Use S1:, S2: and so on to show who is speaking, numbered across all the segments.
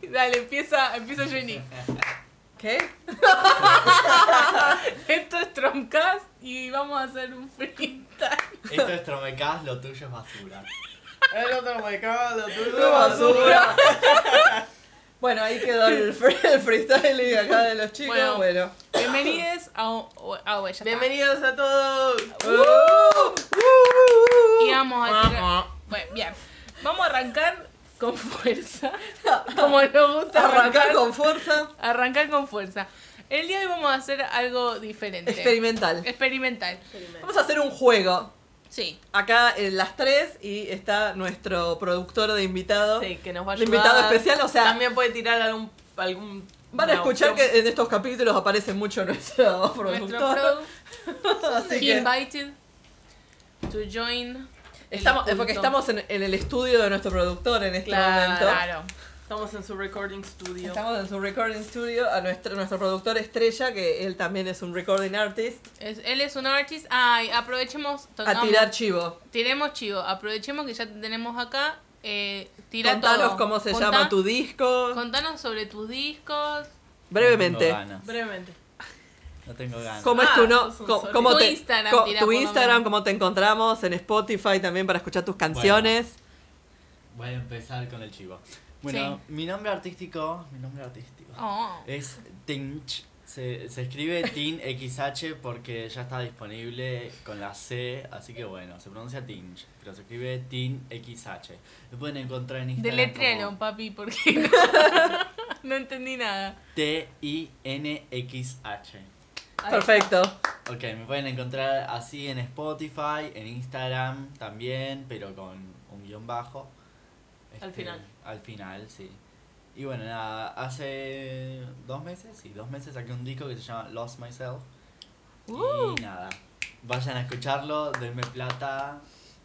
S1: Dale, empieza, empieza Jenny.
S2: ¿Qué?
S1: Esto es Tromcast y vamos a hacer un freestyle.
S3: Esto es Tromecás, lo tuyo es basura.
S4: El otro me cago, lo tuyo
S2: ¡Qué
S4: es basura.
S2: basura! bueno, ahí quedó el, fre- el freestyling acá de los chicos.
S1: Bueno.
S2: Bueno.
S1: Bienvenidos a un. Ah, bueno, ya está.
S4: Bienvenidos a todos.
S2: Uh,
S1: Y vamos a. tirar- Bueno, bien. Vamos a arrancar con fuerza. Como nos gusta
S2: Arrancar
S1: arrancar.
S2: con fuerza.
S1: Arrancar con fuerza. El día de hoy vamos a hacer algo diferente.
S2: Experimental.
S1: Experimental.
S2: Vamos a hacer un juego.
S1: Sí.
S2: Acá en las tres y está nuestro productor de invitado.
S4: Sí, que nos va a
S2: El invitado
S4: ayudar.
S2: especial, o sea-
S4: También puede tirar algún. algún
S2: Van a escuchar que en estos capítulos aparece mucho nuestro
S1: Nuestro
S2: productor.
S1: pro
S2: Así
S1: he
S2: que
S1: invited to join. el
S2: estamos, es
S1: culto.
S2: porque estamos en, en el estudio de nuestro productor en este momento.
S1: Claro.
S4: Estamos en su recording studio.
S2: Estamos en su recording studio, a nuestro, nuestro productor estrella, que él también es un recording artist,
S1: Es- él es un artist. Ay, aprovechemos.
S2: a
S1: tocamos-
S2: tirar chivo.
S1: Tiremos chivo. Aprovechemos que ya te tenemos acá. Eh, tira
S2: Contanos
S1: todo.
S2: cómo se
S1: Contá-
S2: llama tu disco.
S1: Contanos sobre tus discos.
S2: Brevemente.
S3: No tengo ganas.
S4: Brevemente.
S3: No tengo ganas.
S2: ¿Cómo es
S4: Ah,
S2: tu no?
S4: sos un
S2: co-
S4: sorete.
S2: cómo
S1: Tu
S2: te-
S1: Instagram,
S2: co-
S1: tirá,
S2: tu
S1: por lo
S2: Instagram,
S1: menos.
S2: cómo te encontramos en Spotify también para escuchar tus canciones.
S3: Voy a empezar con el chivo. Bueno, mi nombre artístico. Mi nombre artístico.
S1: Oh.
S3: Es Tinch. Se, se escribe Tin XH porque ya está disponible con la C, así que bueno, se pronuncia Tinch, pero se escribe Tin XH. Lo pueden encontrar en Instagram.
S1: Deletréalo,
S3: como
S1: papi, porque no, no entendí nada.
S3: T-I-N-X-H.
S2: Perfecto.
S3: Ok, me pueden encontrar así en Spotify, en Instagram también, pero con un guión bajo. Este,
S4: Al final.
S3: Al final, sí. Y bueno, nada, hace dos meses, sí, dos meses saqué un disco que se llama Lost Myself.
S1: Uh.
S3: Y nada, vayan a escucharlo, denme plata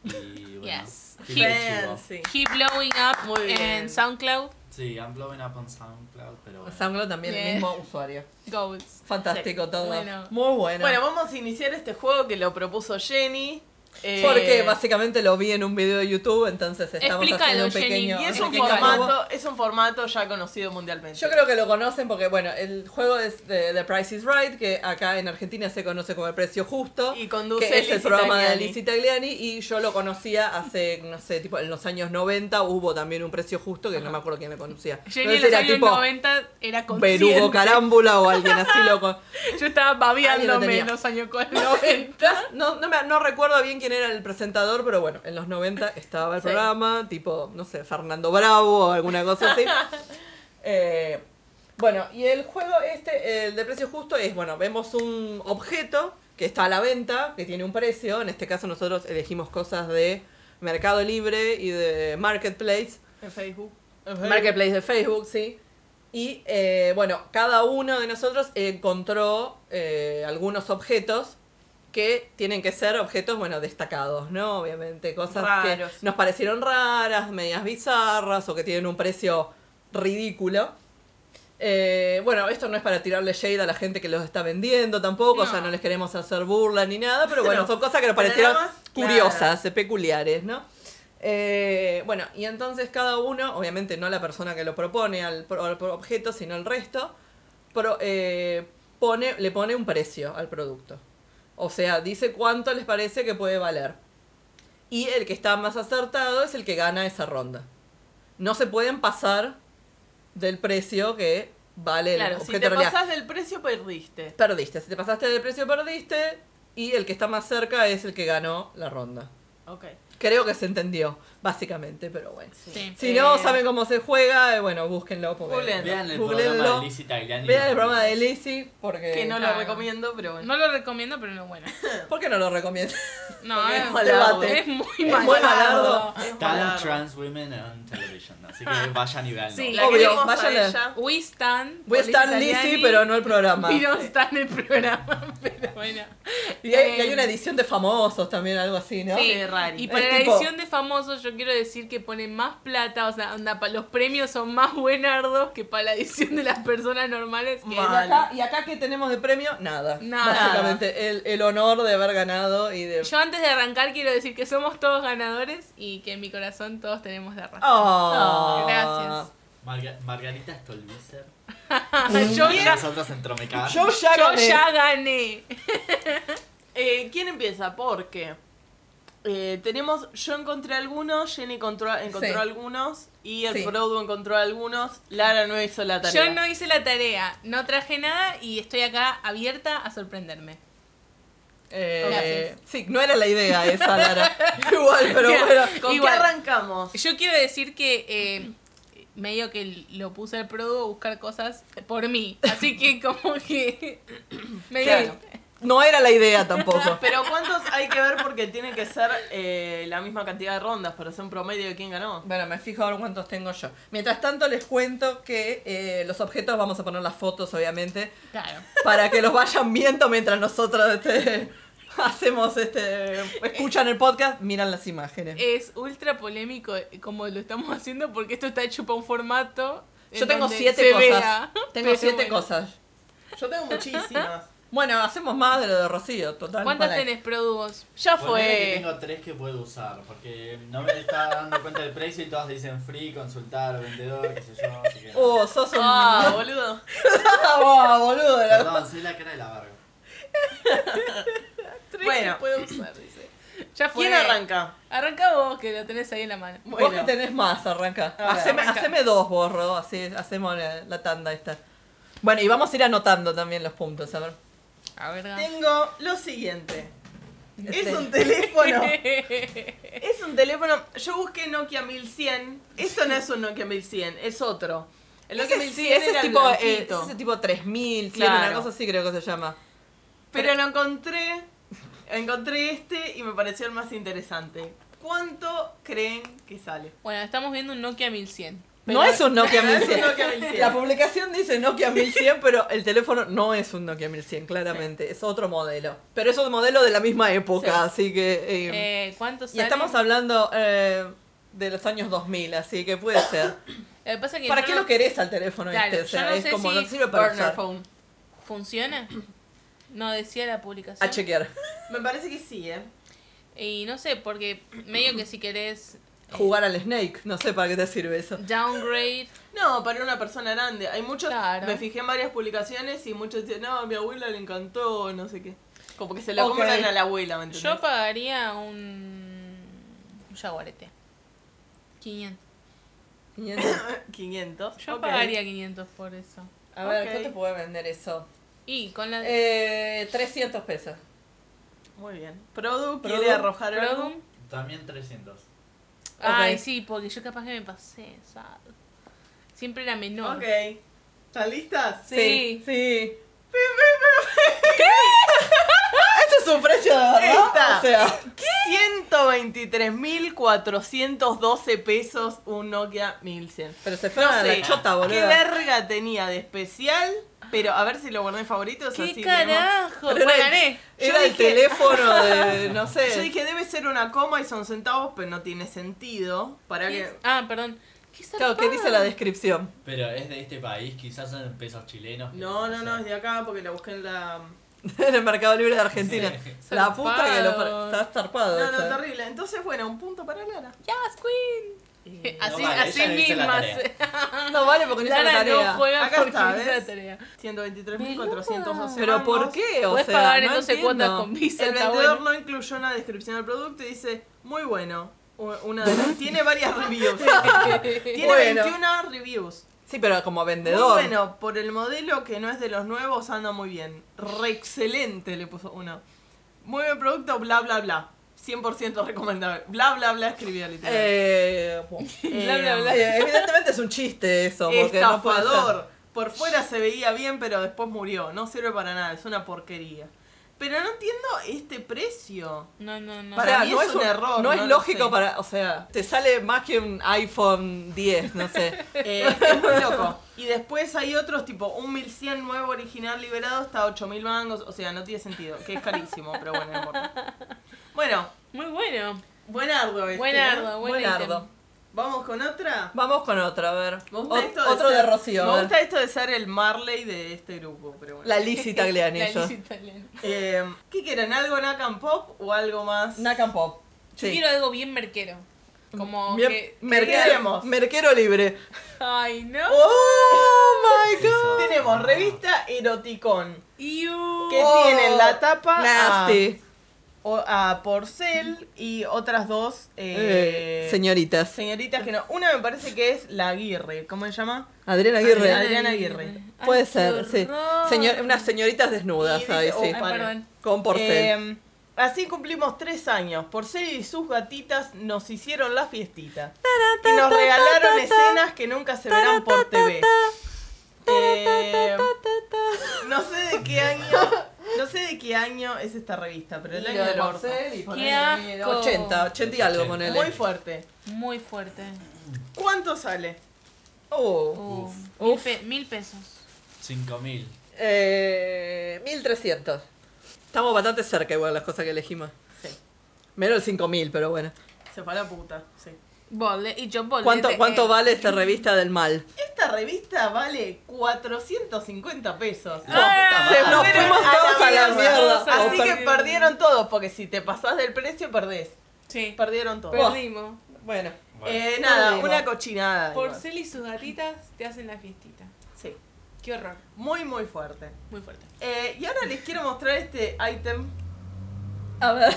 S3: y bueno.
S1: Yes.
S3: sí,
S1: He-
S3: chivo.
S4: Fancy.
S1: Keep blowing up
S4: Muy
S1: en
S4: bien.
S1: SoundCloud.
S3: Sí, I'm blowing up on SoundCloud, pero bueno.
S2: Sanglo también,
S1: Bien.
S2: el mismo usuario.
S1: Goals.
S2: Fantástico todo.
S1: Bueno.
S2: Muy bueno.
S4: Bueno, vamos a iniciar este juego que lo propuso Jenny. Eh,
S2: porque básicamente lo vi en un video de YouTube, entonces estamos
S1: Explícalo,
S2: haciendo un
S1: Jenny,
S2: pequeño.
S4: Y es
S2: un
S4: un
S2: pequeño juego.
S4: formato, es un formato ya conocido mundialmente.
S2: Yo creo que lo conocen porque, bueno, el juego es de The Price is Right, que acá en Argentina se conoce como El Precio Justo.
S4: Y conduce
S2: que es el
S4: Lizzy
S2: programa de
S4: Tagliani.
S2: Lizzy Tagliani y yo lo conocía hace, no sé, tipo en los años 90 hubo también un precio justo que no me acuerdo quién me conocía.
S1: Jenny en
S2: Entonces
S1: los
S2: era
S1: años
S2: ah, tipo
S1: 90 era
S2: Berugo
S1: consciente.
S2: Carámbula o alguien así loco.
S1: Yo estaba
S2: Alguien lo
S1: babeándome
S2: tenía.
S1: en los años 90.
S2: Ah, No, no, me- no recuerdo bien quién era el presentador, pero bueno, en los 90 estaba el
S4: Sí.
S2: programa, tipo, no sé, Fernando Bravo o alguna cosa así. Eh, bueno, y el juego este, el de precio justo, es, bueno, vemos un objeto que está a la venta, que tiene un precio, en este caso nosotros elegimos cosas de Mercado Libre y de Marketplace,
S4: En Facebook.
S2: Marketplace de Facebook, sí. Y eh, bueno, cada uno de nosotros encontró eh, algunos objetos que tienen que ser objetos, bueno, destacados, ¿no? Obviamente, cosas
S4: Raros.
S2: que nos parecieron raras, medias bizarras o que tienen un precio ridículo. Eh, bueno, esto no es para tirarle shade a la gente que los está vendiendo tampoco, o sea,
S1: No.
S2: no les queremos hacer burla ni nada, pero bueno,
S4: No.
S2: son cosas que nos
S4: Pero
S2: parecieron
S4: nada más,
S2: curiosas, eh, peculiares, ¿no? Eh, bueno, y entonces cada uno, obviamente no la persona que lo propone al, pro- al objeto, sino el resto, pro- eh, pone, le pone un precio al producto. O sea, dice cuánto les parece que puede valer. Y el que está más acertado es el que gana esa ronda. No se pueden pasar del precio que vale el
S4: Claro,
S2: objeto
S4: si te
S2: en realidad.
S4: pasás del precio, perdiste.
S2: Perdiste, si te pasaste del precio perdiste y el que está más cerca es el que ganó la ronda.
S4: Ok.
S2: Creo que se entendió, básicamente, pero bueno.
S1: Sí.
S2: Si no
S4: Eh,
S2: saben cómo se juega, eh, bueno, búsquenlo. Porque...
S4: Googleen.
S3: Vean el
S2: Googleenlo.
S3: programa de Lizzy Tagliani.
S2: Vean el programa de Lizzy porque...
S4: Que no
S1: Claro.
S4: lo recomiendo, pero bueno.
S1: No lo recomiendo, pero no bueno.
S2: ¿Por qué no lo recomiendo?
S1: No,
S4: Porque
S1: es,
S4: es malardo.
S1: es muy
S2: Es
S1: mal.
S2: muy malardo.
S4: Es
S3: Stand
S4: malardo.
S3: Trans Women on Television, así que vayan y veanlo.
S1: Sí,
S4: La
S2: Obvio,
S4: queremos a
S2: váyanle.
S4: ella.
S1: We stand.
S2: Voy a
S1: por
S2: estar
S1: Lizzy
S2: Lizzy,
S1: Tagliani,
S2: pero no el programa.
S1: Y no está en el programa, pero bueno.
S2: Y hay,
S1: Eh,
S2: y hay una edición de famosos también, algo así, ¿no?
S1: Sí,
S4: Sí, rari.
S1: y para
S2: Es
S1: la
S2: tipo-
S1: edición de famosos yo quiero decir que ponen más plata, o sea, onda, pa- los premios son más buenardos que para la edición de las personas normales. Que
S2: Y
S4: Mal.
S2: acá, y acá que tenemos de premio, nada.
S1: Nada.
S2: Básicamente, el, el honor de haber ganado y de...
S1: Yo antes de arrancar quiero decir que somos todos ganadores y que en mi corazón todos tenemos la razón.
S2: Oh.
S1: Gracias.
S3: Marga- Margarita Stolbizer.
S2: Ah,
S1: yo,
S3: Y
S1: ya,
S3: nosotros en Tromecada.
S2: Yo ya
S1: yo
S2: gané.
S1: ya gané.
S4: Eh, ¿Quién empieza? Porque eh, tenemos, yo encontré algunos, Jenny encontró, encontró
S2: Sí.
S4: algunos y el
S2: Sí.
S4: Produ encontró algunos, Lara no hizo la tarea.
S1: Yo no hice la tarea, no traje nada y estoy acá abierta a sorprenderme.
S2: Eh,
S1: Gracias.
S2: sí, no era la idea esa, Lara. Igual, pero bueno.
S4: ¿Con
S1: Igual.
S4: qué arrancamos?
S1: Yo quiero decir que eh, medio que lo puse al produ a buscar cosas por mí. Así que como que... medio-
S2: Claro. No era la idea tampoco.
S4: Pero ¿cuántos hay que ver? Porque tiene que ser eh, la misma cantidad de rondas para hacer un promedio de quién ganó.
S2: Bueno, me fijo ahora cuántos tengo yo. Mientras tanto, les cuento que eh, los objetos vamos a poner las fotos, obviamente,
S1: Claro.
S2: para que los vayan viendo mientras nosotros este, hacemos este. escuchan el podcast, miran las imágenes.
S1: Es ultra polémico eh, como lo estamos haciendo porque esto está hecho para un formato. en
S2: Yo tengo
S1: donde
S2: siete
S1: se
S2: cosas.
S1: vea.
S2: Tengo
S1: Pero
S2: siete
S1: bueno.
S2: cosas.
S4: Yo tengo muchísimas.
S2: Bueno, hacemos más de lo de Rocío, total.
S1: ¿Cuántas
S2: para-
S1: tenés, Produ, vos?
S4: Ya
S3: Ponele que
S4: fue.
S3: tengo tres que puedo usar, porque no me estaba dando cuenta del precio y todas dicen free, consultar, vendedor, qué sé yo. así que-
S2: Oh, sos un.
S4: Ah, boludo.
S2: Ah, boludo. la-
S3: Perdón, soy la cara de la verga.
S1: Tres
S4: Bueno.
S1: que puedo usar, dice. Ya fue.
S4: ¿Quién arranca?
S1: Arranca vos, que lo tenés ahí en la mano.
S4: Bueno.
S2: Vos que tenés más, arranca.
S4: A ver,
S2: haceme,
S4: arranca.
S2: haceme dos, borro, así hacemos la, la tanda esta. Bueno, y vamos a ir anotando también los puntos, a ver.
S1: A ver, ga-
S4: Tengo lo siguiente. Es
S2: Este.
S4: un teléfono. Es un teléfono. Yo busqué Nokia 1100. Esto no es un Nokia 1100, es otro. El Nokia
S2: Ese,
S4: 1100
S2: sí, ese
S4: era
S2: es tipo, eh,
S4: blanquito.
S2: ese es tipo 3000, 100, una
S4: Claro.
S2: cosa así creo que se llama.
S4: Pero lo encontré. Encontré este y me pareció el más interesante. ¿Cuánto creen que sale?
S1: Bueno, estamos viendo un Nokia 1100.
S2: no es un Nokia
S4: Es un
S2: 1100.
S4: Nokia 1100.
S2: La publicación dice Nokia 1100, pero el teléfono no es un Nokia 1100, claramente. Es otro modelo. Pero es un modelo de la misma época, así que... eh,
S1: Eh, ¿Cuánto
S2: y
S1: sale?
S2: estamos hablando eh, de los años 2000, así que puede ser.
S1: Lo que pasa es que
S2: ¿Para
S1: yo
S2: qué
S1: no-
S2: lo querés al teléfono
S1: Claro,
S2: este? O sea,
S1: yo no
S2: es
S1: sé
S2: como
S1: si
S2: no sirve para
S1: burner
S2: usar.
S4: phone.
S1: ¿Funciona? No decía la publicación.
S2: A chequear.
S4: Me parece que sí, ¿eh?
S1: Y no sé, porque medio que si querés
S2: Jugar al Snake, no sé para qué te sirve eso.
S1: downgrade.
S4: No, para una persona grande. Hay muchos.
S1: Claro.
S4: Me fijé en varias publicaciones y muchos dicen, no, a mi abuela le encantó, no sé qué. Como que se lo
S2: Ok.
S4: compran a la abuela, ¿me entendés?
S1: Yo pagaría un. un jaguarete. 500.
S2: Y entonces-
S4: 500.
S1: Yo
S4: Ok.
S1: pagaría 500 por eso.
S2: A ver,
S4: Ok.
S2: ¿cuánto puede vender eso?
S1: Y con la.
S2: Eh, 300 pesos.
S4: Muy bien. Produ
S2: Produ.
S4: quiere arrojar algo.
S1: Produm.
S3: También 300.
S1: Ay,
S2: Ok.
S1: sí, porque yo capaz que me pasé, ¿sabes? Siempre era menor.
S4: Ok. ¿Están listas?
S1: Sí.
S2: Sí. ¿Eso es un precio de verdad?
S4: Esta.
S2: O sea,
S4: 123.412 pesos un Nokia 1100.
S2: pero se
S4: No
S2: fueron a
S4: sé
S2: la chota,
S4: qué
S2: boludo.
S4: verga tenía de especial, pero a ver si lo guardé en favoritos.
S1: ¡Qué
S4: así tenemos-
S1: carajo!
S2: Pero era-
S1: gané.
S2: Era
S4: Yo
S2: el
S4: dije-
S2: teléfono de, no sé.
S4: Yo dije, debe ser una coma y son centavos, pero no tiene sentido. Para
S1: ¿Qué
S4: que...
S1: es? Ah, perdón. ¿Qué
S2: Claro, ¿qué
S1: zarpado?
S2: dice la descripción?
S3: Pero es de este país, quizás son pesos chilenos. que
S4: No, no, no,
S3: sé.
S4: es de acá porque la busqué en la...
S2: En el Mercado Libre de Argentina.
S1: Sí.
S2: La puta que lo...
S1: Zarpado.
S2: Estás zarpado.
S4: No,
S2: o sea.
S4: no, terrible. Entonces, bueno, un punto para Lara.
S1: Yes, Queen.
S4: Eh,
S1: Así,
S3: vale,
S1: así
S3: ella no hizo la
S1: misma.
S3: tarea.
S1: se-
S2: No vale porque no hizo la
S1: Lara
S2: tarea.
S1: no juega
S4: Acá
S1: porque
S4: está,
S1: no hizo la
S4: ¿ves?
S1: tarea.
S4: 123.412
S2: Pero ¿por
S4: mangos.
S2: qué? O
S1: Puedes
S2: sea,
S1: pagar
S2: no
S1: entonces
S2: entiendo.
S1: cuotas con Visa.
S4: El
S1: está
S4: vendedor
S1: bueno.
S4: no incluyó una descripción del producto y dice, muy bueno. U- Una de las- tiene varias reviews. Tiene
S2: Bueno.
S4: 21 reviews.
S2: Sí, pero como
S4: Muy
S2: vendedor.
S4: bueno, por el modelo que no es de los nuevos, anda muy bien. Re excelente, le puso uno. Muy buen producto, bla, bla, bla. 100% recomendable. Bla, bla, bla, escribía literal.
S2: Eh, bueno.
S4: Eh,
S1: bla, bla, bla.
S2: Eh, evidentemente es un chiste eso. Porque no puede ser.
S4: Estafador. Por fuera se veía bien, pero después murió. No sirve para nada, es una porquería. Pero no entiendo este precio.
S1: No, no, no.
S2: O
S4: Para
S2: sea,
S4: mí es un error,
S2: No es
S4: no lo
S2: lógico
S4: sé.
S2: para. O sea, te sale más que un iPhone 10, no sé.
S4: Eh, es muy loco. Y después hay otros, tipo un 1100 nuevo original liberado hasta 8000 mangos. O sea, no tiene sentido, que es carísimo, pero bueno, no importa. Bueno,
S1: Muy bueno.
S4: buenardo este.
S1: Buen
S4: ¿no?
S1: ardo, buen
S2: Buen ardo.
S4: Vamos con otra.
S2: Vamos con otra, a ver.
S4: Me gusta
S2: Ot-
S4: esto
S2: otro de
S4: ser-
S2: Rocío. a
S4: Me
S2: ver.
S4: gusta esto de ser el Marley de este grupo, pero bueno.
S2: La Lizzy Tagliani,
S1: La
S2: yo.
S1: Liz italiana.
S4: Eh, ¿Qué quieren? ¿Algo Nakam Pop o algo más?
S2: Nakam Pop.
S1: Yo
S2: Sí.
S1: quiero algo bien merquero. Como
S2: Bien,
S1: que.
S2: merquero,
S4: queremos.
S2: merquero libre.
S1: Ay, no.
S2: ¡Oh, my God!
S4: Tenemos revista Eroticón,
S1: Iu.
S4: que
S2: Oh,
S4: tiene en la tapa a,
S2: Nasty.
S4: o- a Porcel y otras dos eh,
S2: Eh, señoritas.
S4: señoritas que no. Una me parece que es la Aguirre, ¿cómo se llama?
S2: Adriana Aguirre.
S4: Adriana Aguirre.
S1: Ay,
S2: Puede
S1: qué
S2: ser, sí.
S1: horror.
S2: Señor, unas señoritas desnudas,
S4: Y dice-
S2: ¿sabes? Sí.
S1: Ay,
S4: Opa.
S1: perdón.
S2: Con porcel.
S4: Eh, así cumplimos tres años. Porcel y sus gatitas nos hicieron la fiestita. Y nos regalaron escenas que nunca se verán por TV. Eh, no sé de qué año. No sé de qué año es esta revista, pero el año del orto.
S1: Qué asco.
S2: 80, 80 y algo,
S3: 80.
S2: ponele.
S4: Muy fuerte.
S1: Muy fuerte.
S4: ¿Cuánto sale?
S2: Oh.
S1: Uf.
S3: Uf.
S1: Mil,
S2: Uf.
S1: pe- mil pesos.
S3: 5000.
S2: Eh, 1300. Estamos bastante cerca igual las cosas que elegimos.
S4: Sí.
S2: Menos el 5000, pero bueno.
S4: Se fue a la puta. Sí.
S1: Bole y yo bolete.
S2: ¿Cuánto, cuánto vale esta revista del mal?
S4: Esta revista vale 450 pesos.
S1: Ah,
S2: Se nos fuimos todos a la mierda.
S4: Así
S2: O
S4: que
S1: perdimos.
S4: perdieron todo, porque si te pasás del precio, perdés.
S1: Sí.
S4: Perdieron todo.
S1: Perdimos.
S2: Bueno.
S3: Bueno.
S4: Eh, nada,
S2: Perdimos.
S4: una cochinada. igual.
S1: Porcel y sus gatitas te hacen la fiestita.
S4: Sí,
S1: Qué horror.
S4: muy, muy fuerte.
S1: Muy fuerte.
S4: Eh, y ahora les quiero mostrar este ítem.
S2: A ver.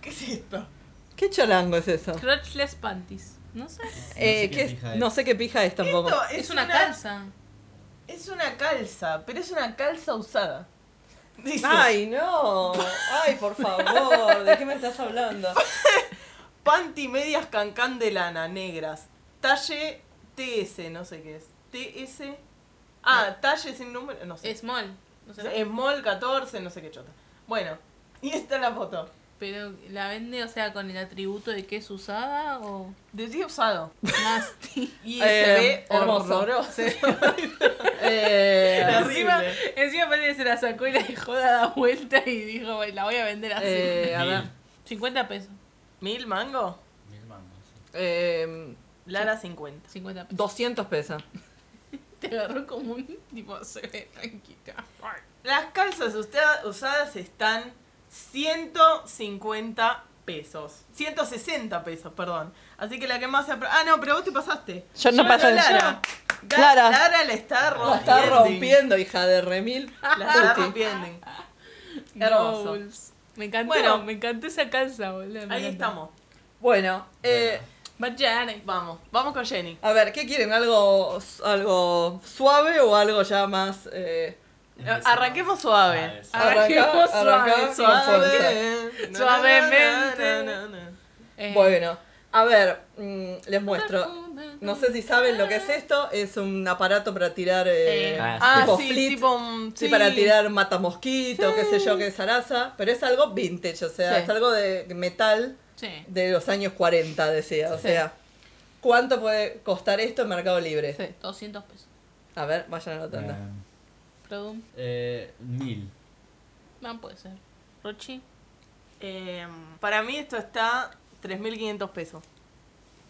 S4: ¿Qué es esto?
S2: ¿Qué cholango es eso?
S1: Crotchless panties. No sé.
S2: Eh,
S3: qué
S2: ¿qué es-
S3: pija es.
S2: no sé qué pija es tampoco.
S4: Esto
S1: Es, una, calza.
S4: Es una calza, pero es una calza usada. Dice,
S2: Ay, no. Ay, por favor. ¿De qué me estás hablando?
S4: panty medias cancán de lana, negras. Talle TS, no sé qué es. TS. Ah, talle sin número, no sé.
S1: Small. No sé.
S4: Small 14, no sé qué chota. Bueno, y esta es la foto.
S1: Pero la vende, o sea, con el atributo de que es usada o
S4: Decía usado.
S1: nasty.
S4: Y se
S2: Eh,
S4: ve
S2: hermoso.
S4: horroroso.
S2: Eh,
S1: encima,
S4: Terrible.
S1: encima parece que se la sacó y la dejó dada vuelta y dijo, "Bueno, la voy a vender así.
S2: eh, a ver.
S3: Mil.
S1: 50 pesos.
S4: ¿Mil mango?
S3: Mil mangos. sí.
S2: Eh,
S4: Lara 50.
S1: 50 pesos.
S2: 200 pesos.
S1: Te agarró como un tipo, se ve tranquila.
S4: Las calzas usted- usadas están 150 pesos. 160 pesos, perdón. Así que la que más se apro- Ah, no, pero vos te pasaste.
S2: Yo no pasé.
S4: Lara. Ga-
S2: Clara.
S4: Lara la está rompiendo.
S2: La está rompiendo, hija de remil.
S4: La está rompiendo. Hermoso.
S1: Goals. Me encantó,
S4: Bueno.
S1: me encantó esa calza, boludo. me
S4: Ahí
S1: encantó.
S4: estamos.
S2: Bueno, eh,
S1: Vaya,
S4: Vamos. Vamos con Jenny.
S2: a ver, ¿qué quieren? ¿Algo, algo suave o algo ya más... eh,
S4: Eh, Arranquemos
S2: Ah,
S4: suave.
S3: Suaves.
S1: Arranquemos
S2: arranca- arranca
S1: suave,
S2: con fuerza?
S4: Suave.
S1: Suavemente.
S4: Na, na, na, na, na.
S1: Eh,
S2: Bueno, a ver, mm, les muestro. No sé si saben lo que es esto. Es un aparato para tirar... eh,
S1: Eh,
S3: Ah,
S4: Ah,
S2: Tipo
S4: sí,
S2: flit.
S4: tipo un-
S2: Sí, para tirar matamosquito, qué sé yo, qué zaraza, pero es algo vintage, o sea,
S4: Sí.
S2: es algo de metal
S1: Sí.
S2: de los años 40, decía, o
S4: Sí.
S2: sea, ¿cuánto puede costar esto en Mercado Libre?
S4: Sí.
S1: 200 pesos.
S2: A ver, vayan anotando.
S1: Produm.
S3: Eh, mil.
S1: No puede ser. Rochi.
S4: Eh, para mí esto está 3.500 pesos.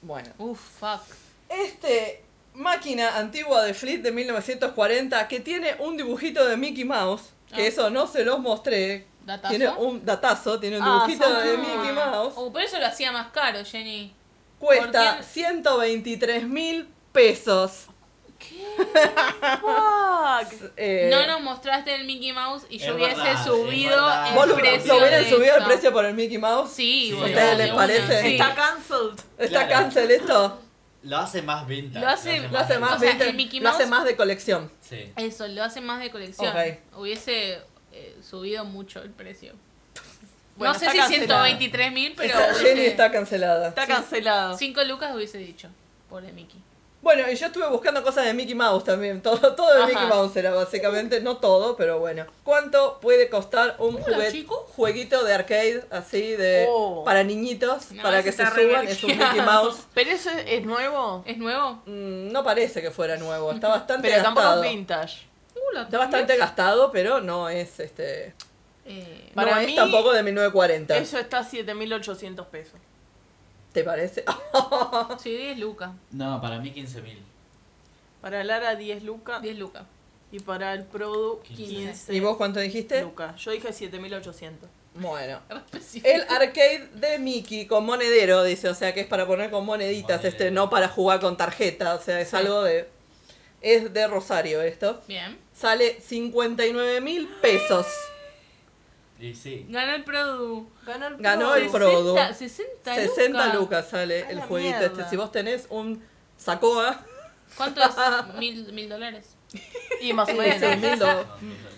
S2: Bueno,
S1: Uf, fuck.
S2: este máquina antigua de Fleet de 1940 que tiene un dibujito de Mickey Mouse, que
S1: Ah.
S2: eso no se los mostré,
S1: ¿Datazo?
S2: tiene un datazo, tiene un
S4: Ah,
S2: dibujito
S4: son-
S2: de Mickey Mouse,
S1: Oh, pero eso lo hacía más caro, Jenny.
S2: cuesta
S1: qué?
S2: 123 mil pesos. Eh,
S1: no nos mostraste el Mickey Mouse y yo
S3: es
S1: hubiese
S3: verdad, es
S1: subido
S3: verdad.
S1: el
S2: ¿Vos lo, lo
S1: precio.
S2: hubieran
S1: de
S2: subido el
S1: eso.
S2: precio por el Mickey Mouse?
S1: Sí,
S3: Sí.
S1: boludo,
S2: ¿Ustedes les
S1: de una,
S2: parece?
S1: sí.
S4: Está cancelled.
S2: ¿Está
S3: Claro.
S2: cancel esto?
S3: Lo hace más vintage.
S1: Lo hace-
S2: Lo hace más,
S1: O sea,
S2: vintage,
S1: el Mickey
S2: lo hace
S1: Mouse-
S2: más de colección.
S3: Sí.
S1: Eso, lo hace más de colección.
S2: Ok.
S1: Hubiese eh, subido mucho el precio.
S4: Bueno,
S1: no sé
S4: está
S1: si
S4: cancelado.
S1: 123 mil, pero
S2: Esta- Jenny
S1: hubiese-
S2: está cancelada.
S4: Está cancelado.
S1: 5 lucas hubiese dicho. Pobre Mickey.
S2: Bueno, y yo estuve buscando cosas de Mickey Mouse también. Todo, todo de
S1: Ajá.
S2: Mickey Mouse era básicamente, no todo, pero bueno. ¿Cuánto puede costar un
S1: Hola,
S2: juguete-
S1: chico.
S2: jueguito de arcade así de
S4: Oh.
S2: para niñitos,
S1: No,
S2: para
S1: ese
S2: que se
S1: está
S2: suban?
S1: re
S2: Es un
S1: vergueado.
S2: Mickey Mouse.
S4: Pero eso es, es nuevo.
S1: ¿Es nuevo?
S2: Mm, no parece que fuera nuevo, está bastante
S4: Pero tampoco
S2: gastado.
S4: es vintage.
S1: Uh, la
S2: Está bastante gastado, pero no es este.
S1: Eh,
S4: Para
S2: no es
S4: mí-
S2: tampoco de 1940.
S4: Eso está 7.800 pesos.
S2: ¿Te parece? Ah,
S1: sí, 10 lucas.
S3: No, para mí 15000.
S4: Para Lara 10 lucas
S1: 10 lucas.
S4: y para el Produ
S3: 15.
S4: 15
S2: ¿Y vos cuánto dijiste?
S4: lucas. Yo dije 7.800.
S2: Bueno.
S1: específico.
S2: El arcade de Mickey con monedero, dice, o sea que es para poner con moneditas,
S3: Monedero.
S2: este, no para jugar con tarjeta, o sea, es
S1: Sí.
S2: algo de... Es de Rosario esto.
S1: Bien.
S2: Sale 59 mil pesos.
S3: Y sí.
S1: Ganó el Produ.
S2: Ganó el Produ.
S1: 60, 60 lucas.
S2: 60 lucas sale
S4: A
S2: el
S4: la
S2: jueguito
S4: mierda.
S2: este. Si vos tenés un Sacoa,
S1: ¿Cuánto es? mil, mil dólares.
S4: Y más o
S2: dice
S4: menos.
S2: mil, do-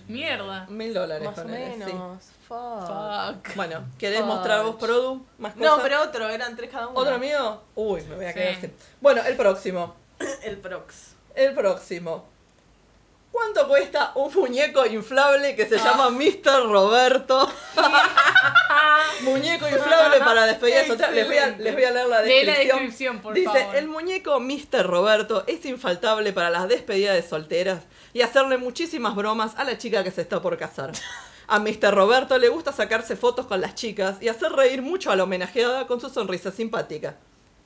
S1: Mierda.
S2: mil dólares.
S4: Más o
S2: ponele, sí.
S4: menos. Fuck.
S1: Fuck.
S2: Bueno, ¿querés
S4: Fuck.
S2: mostrar vos Produ? Más cosas.
S4: No, pero otro, eran tres cada uno.
S2: ¿Otro mío? Uy, me voy
S1: Sí.
S2: a quedar sin. Bueno, el próximo.
S4: El Prox.
S2: El próximo. ¿Cuánto cuesta un muñeco inflable que se
S1: Ah.
S2: llama Mr. Roberto? muñeco inflable para despedir a su tra- les voy a, les voy a leer la
S1: Lee
S2: descripción.
S1: la descripción, por
S2: Dice,
S1: favor.
S2: el muñeco Mr. Roberto es infaltable para las despedidas de solteras y hacerle muchísimas bromas a la chica que se está por casar. A Mr. Roberto le gusta sacarse fotos con las chicas y hacer reír mucho a la homenajeada con su sonrisa simpática.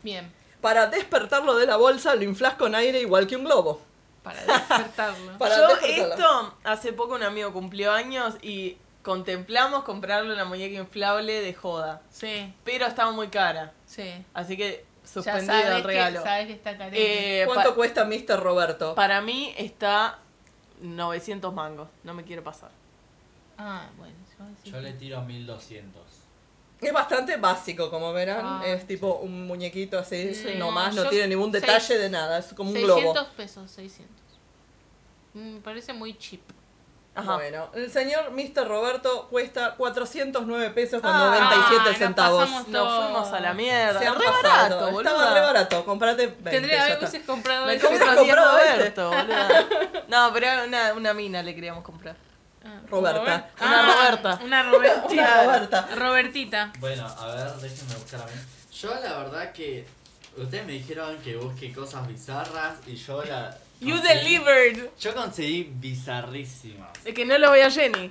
S1: Bien.
S2: Para despertarlo de la bolsa lo inflas con aire igual que un globo.
S1: Para despertarlo.
S2: Para
S4: Yo
S2: despertarlo.
S4: esto, hace poco un amigo cumplió años y contemplamos comprarle una muñeca inflable de joda.
S1: Sí,
S4: Pero estaba muy cara.
S1: sí.
S4: Así que
S1: Ya
S4: suspendido
S1: sabes
S4: el regalo.
S1: Que, sabes que está carente.
S4: Eh,
S2: ¿Cuánto
S4: pa-
S2: cuesta Mr. Roberto?
S4: para mí está 900 mangos. No me quiero pasar.
S1: ah, bueno. yo sí.
S3: Yo le tiro 1200.
S2: Es bastante básico, como verán.
S1: Ah.
S2: es tipo un muñequito así,
S1: Sí.
S2: nomás, no
S1: Yo-
S2: tiene ningún detalle
S1: seis-
S2: de nada. Es como un
S1: 600
S2: globo.
S1: pesos, 600. Me parece muy cheap.
S4: Ajá.
S2: Bueno, el señor Mr. Roberto cuesta 409 pesos con
S4: Ah,
S2: 97
S1: nos
S2: centavos.
S1: pasamos.
S4: Nos fuimos a la mierda.
S2: Se han
S4: re
S2: pasado.
S4: barato, boludo.
S2: Estaba re barato, comprate 20.
S1: Tendría
S2: ya
S1: que
S2: está.
S1: hubieses comprado
S4: Me
S1: eso.
S2: hubieras
S4: compró 10
S2: comprado este.
S4: Roberto, boludo. No, pero una, una mina le queríamos comprar.
S1: Ah,
S2: Roberta.
S1: Robert-
S4: Una
S1: Ah,
S4: Roberta.
S1: Una Robertita.
S2: Una Roberta.
S1: Robertita.
S3: Bueno, a ver, déjenme buscar a mí. Yo la verdad que. Ustedes me dijeron que busque cosas bizarras y yo la.
S1: You
S3: conseguí-
S1: delivered.
S3: Yo conseguí bizarrísimas.
S4: Es que no lo voy a Jenny.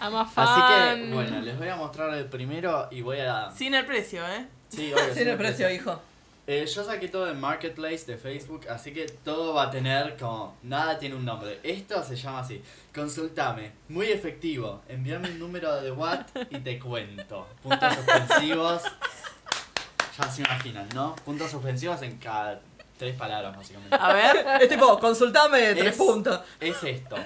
S1: I'm a fan.
S3: Así que, bueno, les voy a mostrar el primero y voy a.
S4: Sin el precio, ¿eh?
S3: Sí, obvio,
S2: Tiene
S3: sin
S2: precio, hijo.
S3: Eh, yo saqué todo en Marketplace de Facebook, así que todo va a tener como. Nada tiene un nombre. Esto se llama así. Consultame. Muy efectivo. Envíame un número de WhatsApp y te cuento. Puntos suspensivos. Ya se imaginan, ¿no? Puntos suspensivos en cada tres palabras, básicamente.
S4: A ver.
S2: Es tipo, consultame de tres
S3: Es-
S2: puntos.
S3: Es esto.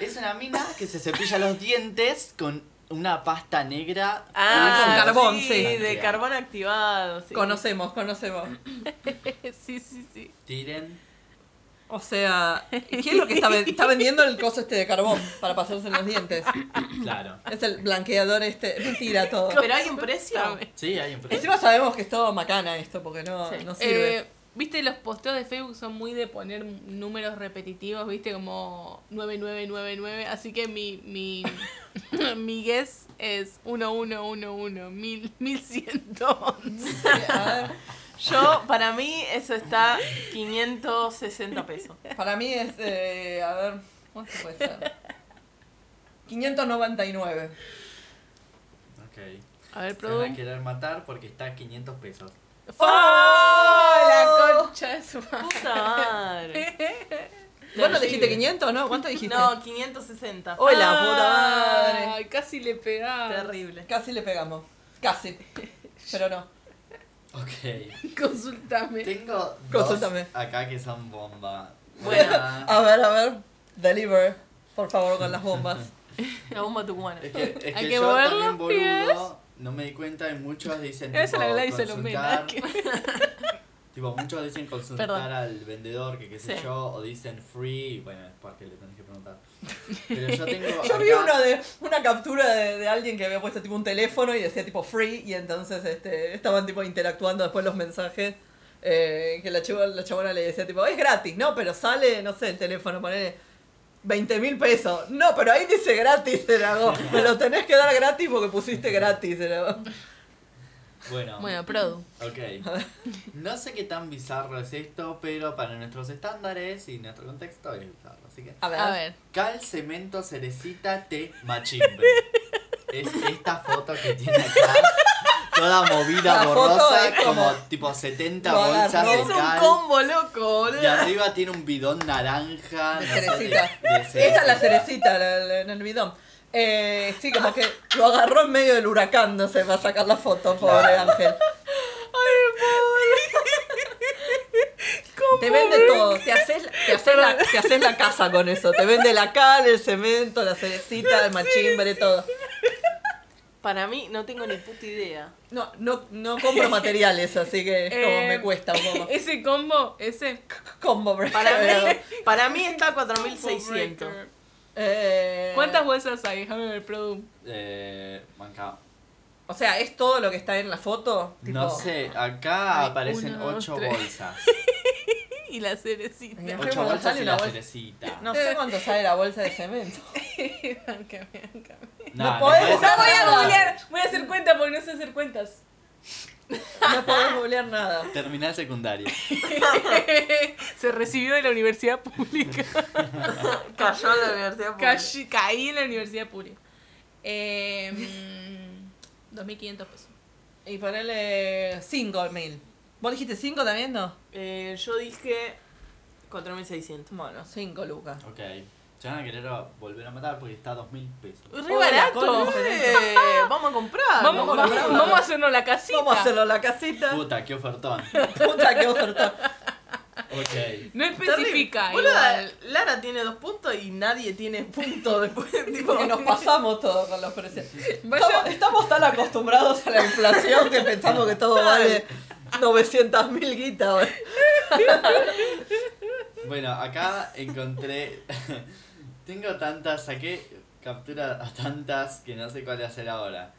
S3: Es una mina que se cepilla los dientes con una pasta negra.
S2: Ah, con
S3: Y-
S2: carbón, sí.
S4: sí. de carbón activado. Sí.
S2: Conocemos, conocemos.
S1: sí, sí, sí.
S3: Tiren.
S2: O sea, ¿qué es lo que está, ven- está vendiendo el coso este de carbón para pasarse en los dientes?
S3: Claro.
S2: Es el blanqueador este. Mentira todo.
S4: Pero hay un precio.
S1: Dame.
S3: Sí, hay un
S2: Encima sabemos que es todo macana esto, porque no,
S4: Sí.
S2: no sirve.
S1: Eh, Viste, los posteos de Facebook son muy de poner números repetitivos, viste, como 9999. Así que mi, mi, mi guess es 1111, mil- 1111.
S2: A ver,
S4: Yo, para mí, eso está 560 pesos.
S2: para mí es, eh, a ver, ¿cuánto puede ser? 599.
S3: Ok.
S1: A ver,
S3: Se van
S1: Produ.
S3: a querer matar porque está a 500 pesos.
S1: ¡Oh! La concha de su madre.
S4: Puta madre.
S2: Bueno, dijiste 500, ¿no? ¿Cuánto dijiste?
S4: No, Ah, 560.
S2: Oh, la puta madre.
S1: Ay, casi le
S4: ah.
S1: pegaba.
S4: Terrible.
S2: Casi le pegamos. Casi. Pero no.
S3: Ok.
S1: Consultame.
S3: Tengo dos
S2: Consúltame.
S3: acá que son bomba.
S4: Bueno.
S3: Una-
S2: A ver, a ver. Deliver. Por favor, con las bombas.
S4: La bomba tucumana.
S3: es que, es que,
S1: Hay que
S3: yo
S1: mover
S3: también
S1: los
S3: boludo
S1: pies.
S3: no me di cuenta y muchos dicen
S1: Esa es la
S3: tipo,
S1: Gladys Salomena.
S3: consultar. Tipo, muchos dicen consultar
S1: Perdón.
S3: al vendedor, que qué sé
S4: Sí.
S3: yo, o dicen free, y bueno, es porque le tenés que preguntar. Pero yo tengo
S2: Yo vi
S3: acá-
S2: uno de, una captura de, de alguien que había puesto tipo un teléfono y decía tipo free y entonces este, estaban tipo interactuando después los mensajes eh, que la chabona, la chabona le decía tipo es gratis, no, pero sale, no sé, el teléfono, ponele 20 mil pesos. No, pero ahí dice gratis, se la hago. Me lo tenés que dar gratis porque pusiste gratis, se la hago.
S3: Bueno,
S1: Bueno, Produ.
S3: ok. No sé qué tan bizarro es esto, pero para nuestros estándares y nuestro contexto es bizarro. Así que
S2: A ver.
S1: A ver.
S3: Cal, cemento, cerecita, té, machimbre. Es esta foto que tiene acá. Toda movida
S2: La foto
S3: borrosa,
S2: es como-
S3: como, tipo 70
S2: Lo
S3: bolsas
S2: agarró.
S3: de
S4: Es un
S3: cal.
S4: combo loco,
S3: Y
S4: boludo.
S3: arriba tiene un bidón naranja. no sé,
S2: Cerecita.
S3: de- de
S2: Esa es la cerecita, la- la- en el bidón. Eh, sí, como que lo agarró en medio del huracán, no sé, va a sacar la foto, pobre Ángel. Te vende todo, te haces, te, haces la, te haces la casa con eso, te vende la cal, el cemento, la cerecita, el machimbre, todo.
S4: Para mí no tengo ni puta idea.
S2: No, no, no compro materiales, así que es como
S1: Eh,
S2: me cuesta un poco.
S1: Ese combo, ese.
S2: Combo breaker.
S4: Para mí, para mí está
S1: combo
S4: 4600.
S1: breaker.
S2: Eh,
S1: ¿Cuántas huesas hay? Déjame ver, Produ.
S3: Eh, manca.
S2: O sea, ¿es todo lo que está en la foto?
S3: No
S2: Tipo,
S3: sé, acá
S1: Hay
S3: aparecen
S1: una, dos,
S3: ocho
S1: tres.
S3: bolsas.
S1: Y la cerecita.
S2: Mira.
S3: Ocho
S2: Como
S3: bolsas
S2: sale
S3: y
S2: una
S3: la
S2: bolsa.
S3: cerecita.
S2: No sé cuánto sale la bolsa de cemento.
S1: Báncame, báncame.
S2: no podés-
S1: No voy
S3: podés hacer
S1: a
S3: nada.
S1: googlear, voy a hacer cuenta porque no sé hacer cuentas.
S2: No podés googlear nada.
S3: Terminal secundaria.
S1: Se recibió de la universidad pública.
S4: Cayó en la universidad. pública.
S1: Caí, caí en la universidad pública. Eh, mm, 2.500 pesos.
S2: Y ponele 5 mil. ¿Vos dijiste 5 también, no?
S4: Eh, yo dije 4600.
S2: Bueno, 5 lucas.
S3: Ok. Se van a querer a- volver a matar porque está a dos mil pesos.
S1: ¡Re
S2: Hola,
S1: barato!
S2: con-
S4: Eh, vamos a comprar.
S1: Vamos,
S2: Vamos,
S1: vamos,
S2: vamos.
S1: vamos a hacernos la casita.
S2: Vamos a hacerlo en la casita.
S3: Puta, qué ofertón.
S2: Puta, qué ofertón.
S3: Ok.
S1: No
S4: Terrible.
S1: especifica.
S4: Boluda,
S1: igual.
S4: Lara tiene dos puntos y nadie tiene punto después. tipo,
S2: Porque nos pasamos todo con los precios.
S1: Vaya-
S2: Estamos, estamos tan acostumbrados a la inflación que pensamos que todo vale 900 mil guitas. ahora.
S3: Bueno, acá encontré. Tengo tantas, saqué captura a tantas que no sé cuál hacer ahora.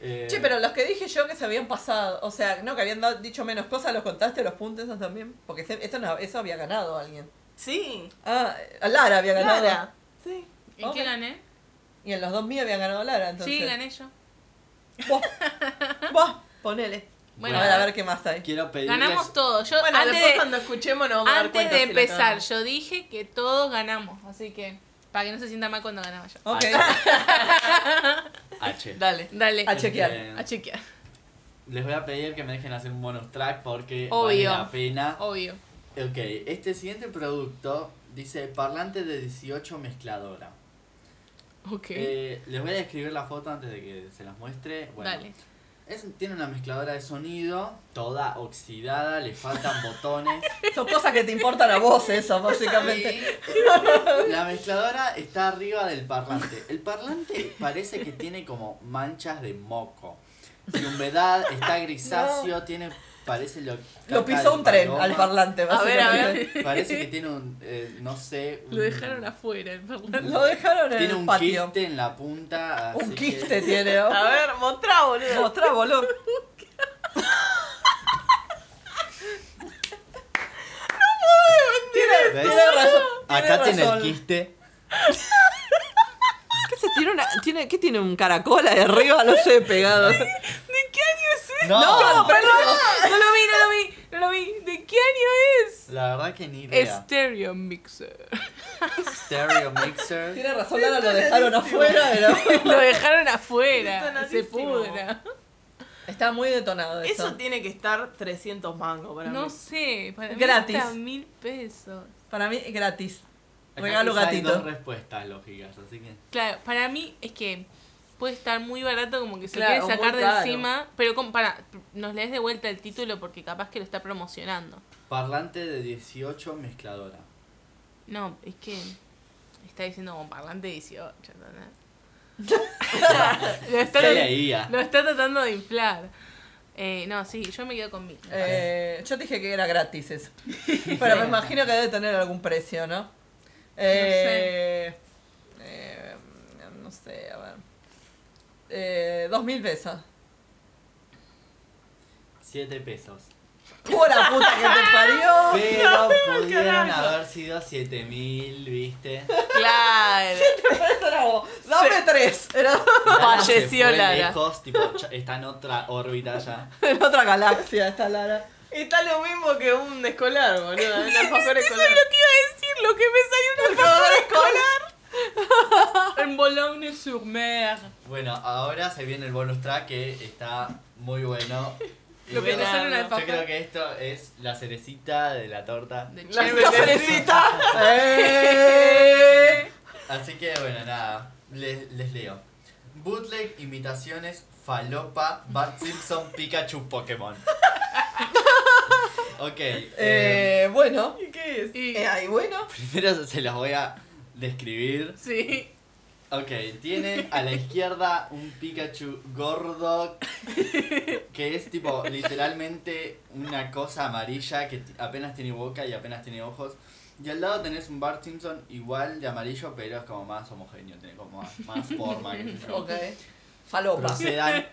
S3: Eh,
S2: Che, pero los que dije yo que se habían pasado, o sea, no, que habían dado- dicho menos cosas, ¿los contaste los puntos esos también? Porque se- esto no- eso había ganado alguien.
S4: Sí,
S2: Ah, a Lara había ganado.
S4: Lara. Sí.
S1: ¿En
S2: Ok.
S1: qué gané?
S2: Y en los dos míos había ganado Lara, entonces.
S1: Sí, gané yo.
S2: Vos, vos, ponele.
S1: Bueno,
S2: a ver, a ver qué más hay.
S3: Quiero pedirles.
S1: Ganamos todo. Yo
S4: Bueno,
S1: antes
S4: después
S1: de,
S4: cuando escuchemos nos vamos a dar
S1: antes
S4: cuenta
S1: de
S4: si la
S1: empezar,
S4: cagamos.
S1: yo dije que todos ganamos. Así que, para que no se sienta mal cuando ganaba yo.
S2: Ok,
S3: H.
S4: Dale.
S1: Dale,
S2: a chequear.
S3: Este,
S1: Eh, a chequear.
S3: Les voy a pedir que me dejen hacer un bonus track porque
S1: Obvio.
S3: vale la pena.
S1: Obvio.
S3: Ok, este siguiente producto dice parlante de 18 mezcladora.
S1: Ok.
S3: Eh, les voy a describir la foto antes de que se las muestre. Bueno,
S1: Dale.
S3: es- tiene una mezcladora de sonido, toda oxidada, le faltan botones.
S2: Son cosas que te importan a vos, eso, básicamente.
S3: Y la mezcladora está arriba del parlante. El parlante parece que tiene como manchas de moco. Y humedad, está grisáceo, tiene, parece lo...
S2: Lo
S3: caca de
S2: pisó un tren
S3: paloma.
S2: al parlante,
S4: A ver, a
S2: básicamente.
S4: ver.
S3: Parece que tiene un, eh, no sé...
S1: Lo
S3: un-
S1: dejaron afuera, el parlante.
S2: Lo dejaron en
S3: Tiene
S2: el
S3: un
S2: patio.
S3: quiste en la punta. así
S2: Un
S3: que-
S2: quiste tiene. ¿no?
S4: A ver, mostrá, boludo.
S2: Mostrá, boludo. Tiene,
S3: ¿Ves?
S2: tiene razón.
S3: Acá
S2: tiene
S3: tiene el
S2: razón.
S3: quiste.
S2: ¿Qué, se tiene una, tiene, ¿Qué tiene un caracol ahí arriba? No sé, pegado.
S3: No,
S2: No, pero-
S1: No lo vi, no lo vi, no lo vi. ¿De qué año es?
S3: La verdad que ni idea.
S1: Stereo Mixer.
S3: Stereo Mixer.
S2: Tiene razón, Lara, lo dejaron afuera. Pero...
S1: Lo dejaron afuera. Se
S4: Detonadísimo.
S1: pudra.
S2: Está muy detonado eso.
S4: Eso tiene que estar 300 mangos para
S1: No
S4: mí.
S1: sé, para mí
S2: Gratis.
S1: está mil pesos.
S2: Para mí es gratis.
S3: Acá
S2: Regalo
S3: quizá hay
S2: gatito.
S3: dos respuestas lógicas, así que...
S1: Claro, para mí es que puede estar muy barato, como que se
S2: Claro,
S1: lo quiere sacar
S2: muy
S1: de
S2: caro.
S1: encima. Pero como, para, nos lees de vuelta el título porque capaz que lo está promocionando.
S3: Parlante de 18 mezcladora.
S1: No, es que está diciendo como parlante 18. ¿entendés? lo, está,
S3: Se leía.
S1: lo está tratando de inflar. Eh, no, sí, yo me quedo con mil.
S2: Eh, yo dije que era gratis eso. Pero me imagino que debe tener algún precio, ¿no? Eh, eh, no sé, a ver. Eh, dos mil pesos.
S3: 7 pesos.
S2: ¡Pura puta que te parió!
S3: Pero pudieron haber sido 7000, ¿viste?
S1: Claro.
S2: Eso era como, Dame tres. Era
S3: Lara se
S1: Falleció
S3: fue
S1: Lara.
S3: lejos, tipo, ya- está en otra órbita ya.
S2: en otra galaxia esta Lara.
S4: Está lo mismo que un escolar, boludo. Un alfajor escolar.
S1: decir lo que me salió una escolar. en Boulogne-sur-Mer.
S3: Bueno, ahora se viene el bonus track que está muy bueno. Y
S1: Lo que te
S3: bueno,
S1: sale una
S3: yo
S1: alfajor.
S3: creo que esto es la cerecita de la torta.
S1: De
S4: La
S1: Cherry.
S2: ¡La cerecita! ¡Eh!
S3: Así que bueno, nada, les, les leo. Bootleg, imitaciones, falopa, Bart Simpson, Pikachu, Pokémon. Ok. eh,
S2: Eh, bueno.
S4: ¿Y qué es?
S1: Y-
S2: Eh, ay, bueno.
S3: primero se las voy a describir.
S1: Sí.
S3: Ok, tiene a la izquierda un Pikachu gordo que es tipo literalmente una cosa amarilla que t- apenas tiene boca y apenas tiene ojos. Y al lado tenés un Bart Simpson igual de amarillo, pero es como más homogéneo, tiene como más, más forma. qué sé yo.
S2: Ok. Falopa.
S3: Procedan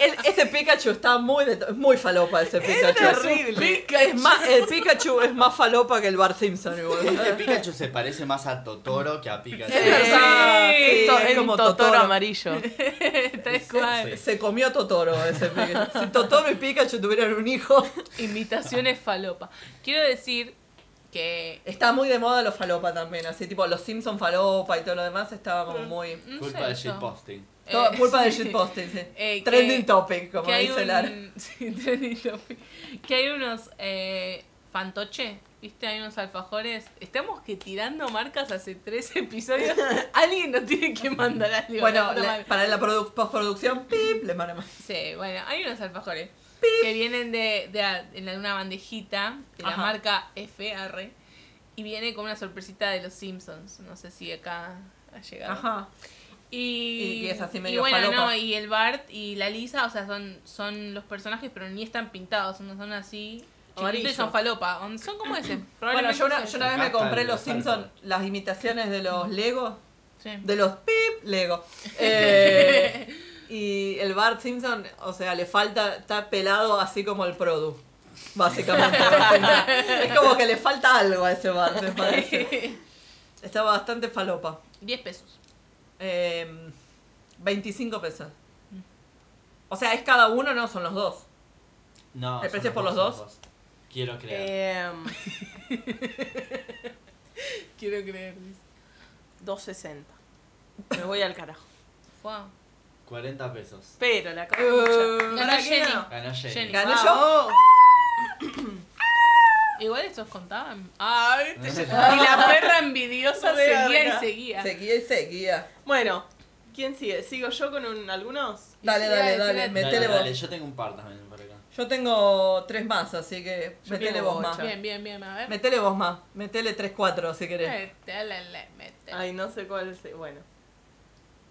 S2: El- ese Pikachu está muy de- muy falopa ese Pikachu. un
S4: terrible.
S2: pica- es más, el Pikachu es más falopa que el Bart Simpson
S3: Este
S2: igual.
S3: Pikachu se parece más a Totoro que a Pikachu.
S2: Es verdad, sí,
S4: Esto
S2: es
S4: es
S2: como
S4: como Totoro,
S2: Totoro.
S4: amarillo.
S1: Tal cual.
S3: Sí.
S2: Se comió Totoro ese Pikachu. Si Totoro y Pikachu tuvieran un hijo,
S1: Imitaciones falopa. Quiero decir que.
S2: está muy de moda los falopa también, así tipo los Simpson falopa y todo lo demás estaba como muy
S1: no sé
S3: Culpa de
S1: yo.
S3: shitposting.
S2: todo-
S1: Mm. Eh,
S2: culpa de shitposting, sí.
S1: Eh, que-
S2: trending topic, como
S1: que hay
S2: dice
S1: un-
S2: Lara.
S1: sí, trending topic. Que hay unos eh, fantoche, ¿viste? Hay unos alfajores. Estamos que tirando marcas hace tres episodios. Alguien nos tiene que mandar algo.
S2: Bueno,
S1: la puta
S2: la-
S1: madre.
S2: para la produ- postproducción, pip, le mandamos.
S1: Sí, bueno, hay unos alfajores que vienen de, de, a- en la- una bandejita de la
S2: Ajá.
S1: marca FR y viene con una sorpresita de los Simpsons. No sé si acá ha llegado.
S2: Ajá.
S1: Y,
S2: Y- y es así
S1: y
S2: medio
S1: bueno,
S2: falopa.
S1: no, y el Bart y la Lisa, o sea, son, son los personajes, pero ni están pintados, son, son así.
S2: Amarillo.
S1: Chiquititos y son falopa, son- son como ese.
S2: Bueno,
S1: probablemente
S2: yo una,
S1: es
S2: yo una vez
S3: Acá
S2: me
S3: está
S2: compré
S3: el-
S2: los
S3: está el
S2: Simpsons,
S3: Bart.
S2: las imitaciones de los Legos.
S1: ese. Sí.
S2: De los pip Lego. Eh, y el Bart Simpson, o sea, le falta, está pelado así como el Produ. Básicamente. es como que le falta algo a ese Bart, me parece. Está bastante falopa.
S1: 10 pesos.
S2: Eh, 25 pesos. O sea, es cada uno, no son los dos.
S3: No. son
S2: ¿El precio es por los
S3: son Quiero creer.
S4: Eh,
S1: Quiero creer.
S4: 2.60. Me voy al carajo.
S1: Wow.
S3: 40 pesos.
S4: Pero la caja
S1: Ganó Jenny.
S3: Ganó Jenny.
S1: Jenny.
S2: ¿Gané
S4: Vamos.
S1: Igual estos contaban. Ah,
S2: Mm.
S1: ¿viste?
S3: No sé.
S1: y la perra envidiosa
S4: Verga.
S1: seguía y
S2: yo?
S1: seguía.
S2: Seguía y seguía.
S4: Bueno, ¿quién sigue? ¿Sigo yo con un- algunos?
S1: Y
S2: Dale,
S1: sí,
S2: dale,
S1: dale,
S2: dale,
S1: dale.
S2: metele
S3: dale, dale,
S2: vos.
S3: yo tengo un par también por acá.
S2: Yo tengo tres más, así que metele
S4: tengo
S2: vos más.
S4: ocho.
S1: Bien, bien, bien. A ver.
S2: Metele vos más, metele 3-4 si querés.
S1: Métele, métele.
S4: Ay, no sé cuál es. Bueno.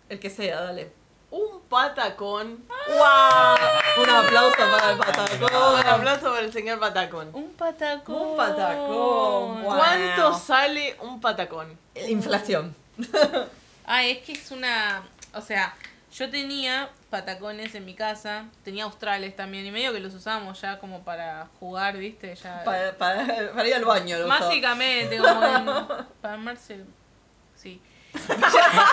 S2: El que sea, dale.
S4: Un patacón.
S2: ¡Wow! Un aplauso para el
S4: Un
S2: patacón.
S4: aplauso para el señor patacón.
S1: Un patacón.
S2: Un patacón. Guau.
S4: ¿Cuánto sale un patacón?
S2: Inflación.
S1: Ay, Ah, es que es una. O sea, yo tenía patacones en mi casa, tenía australes también, y medio que los usamos ya como para jugar, ¿viste? Ya.
S2: Para, para- para ir al baño. lo usó.
S1: Básicamente, como en- para armarse. Sí.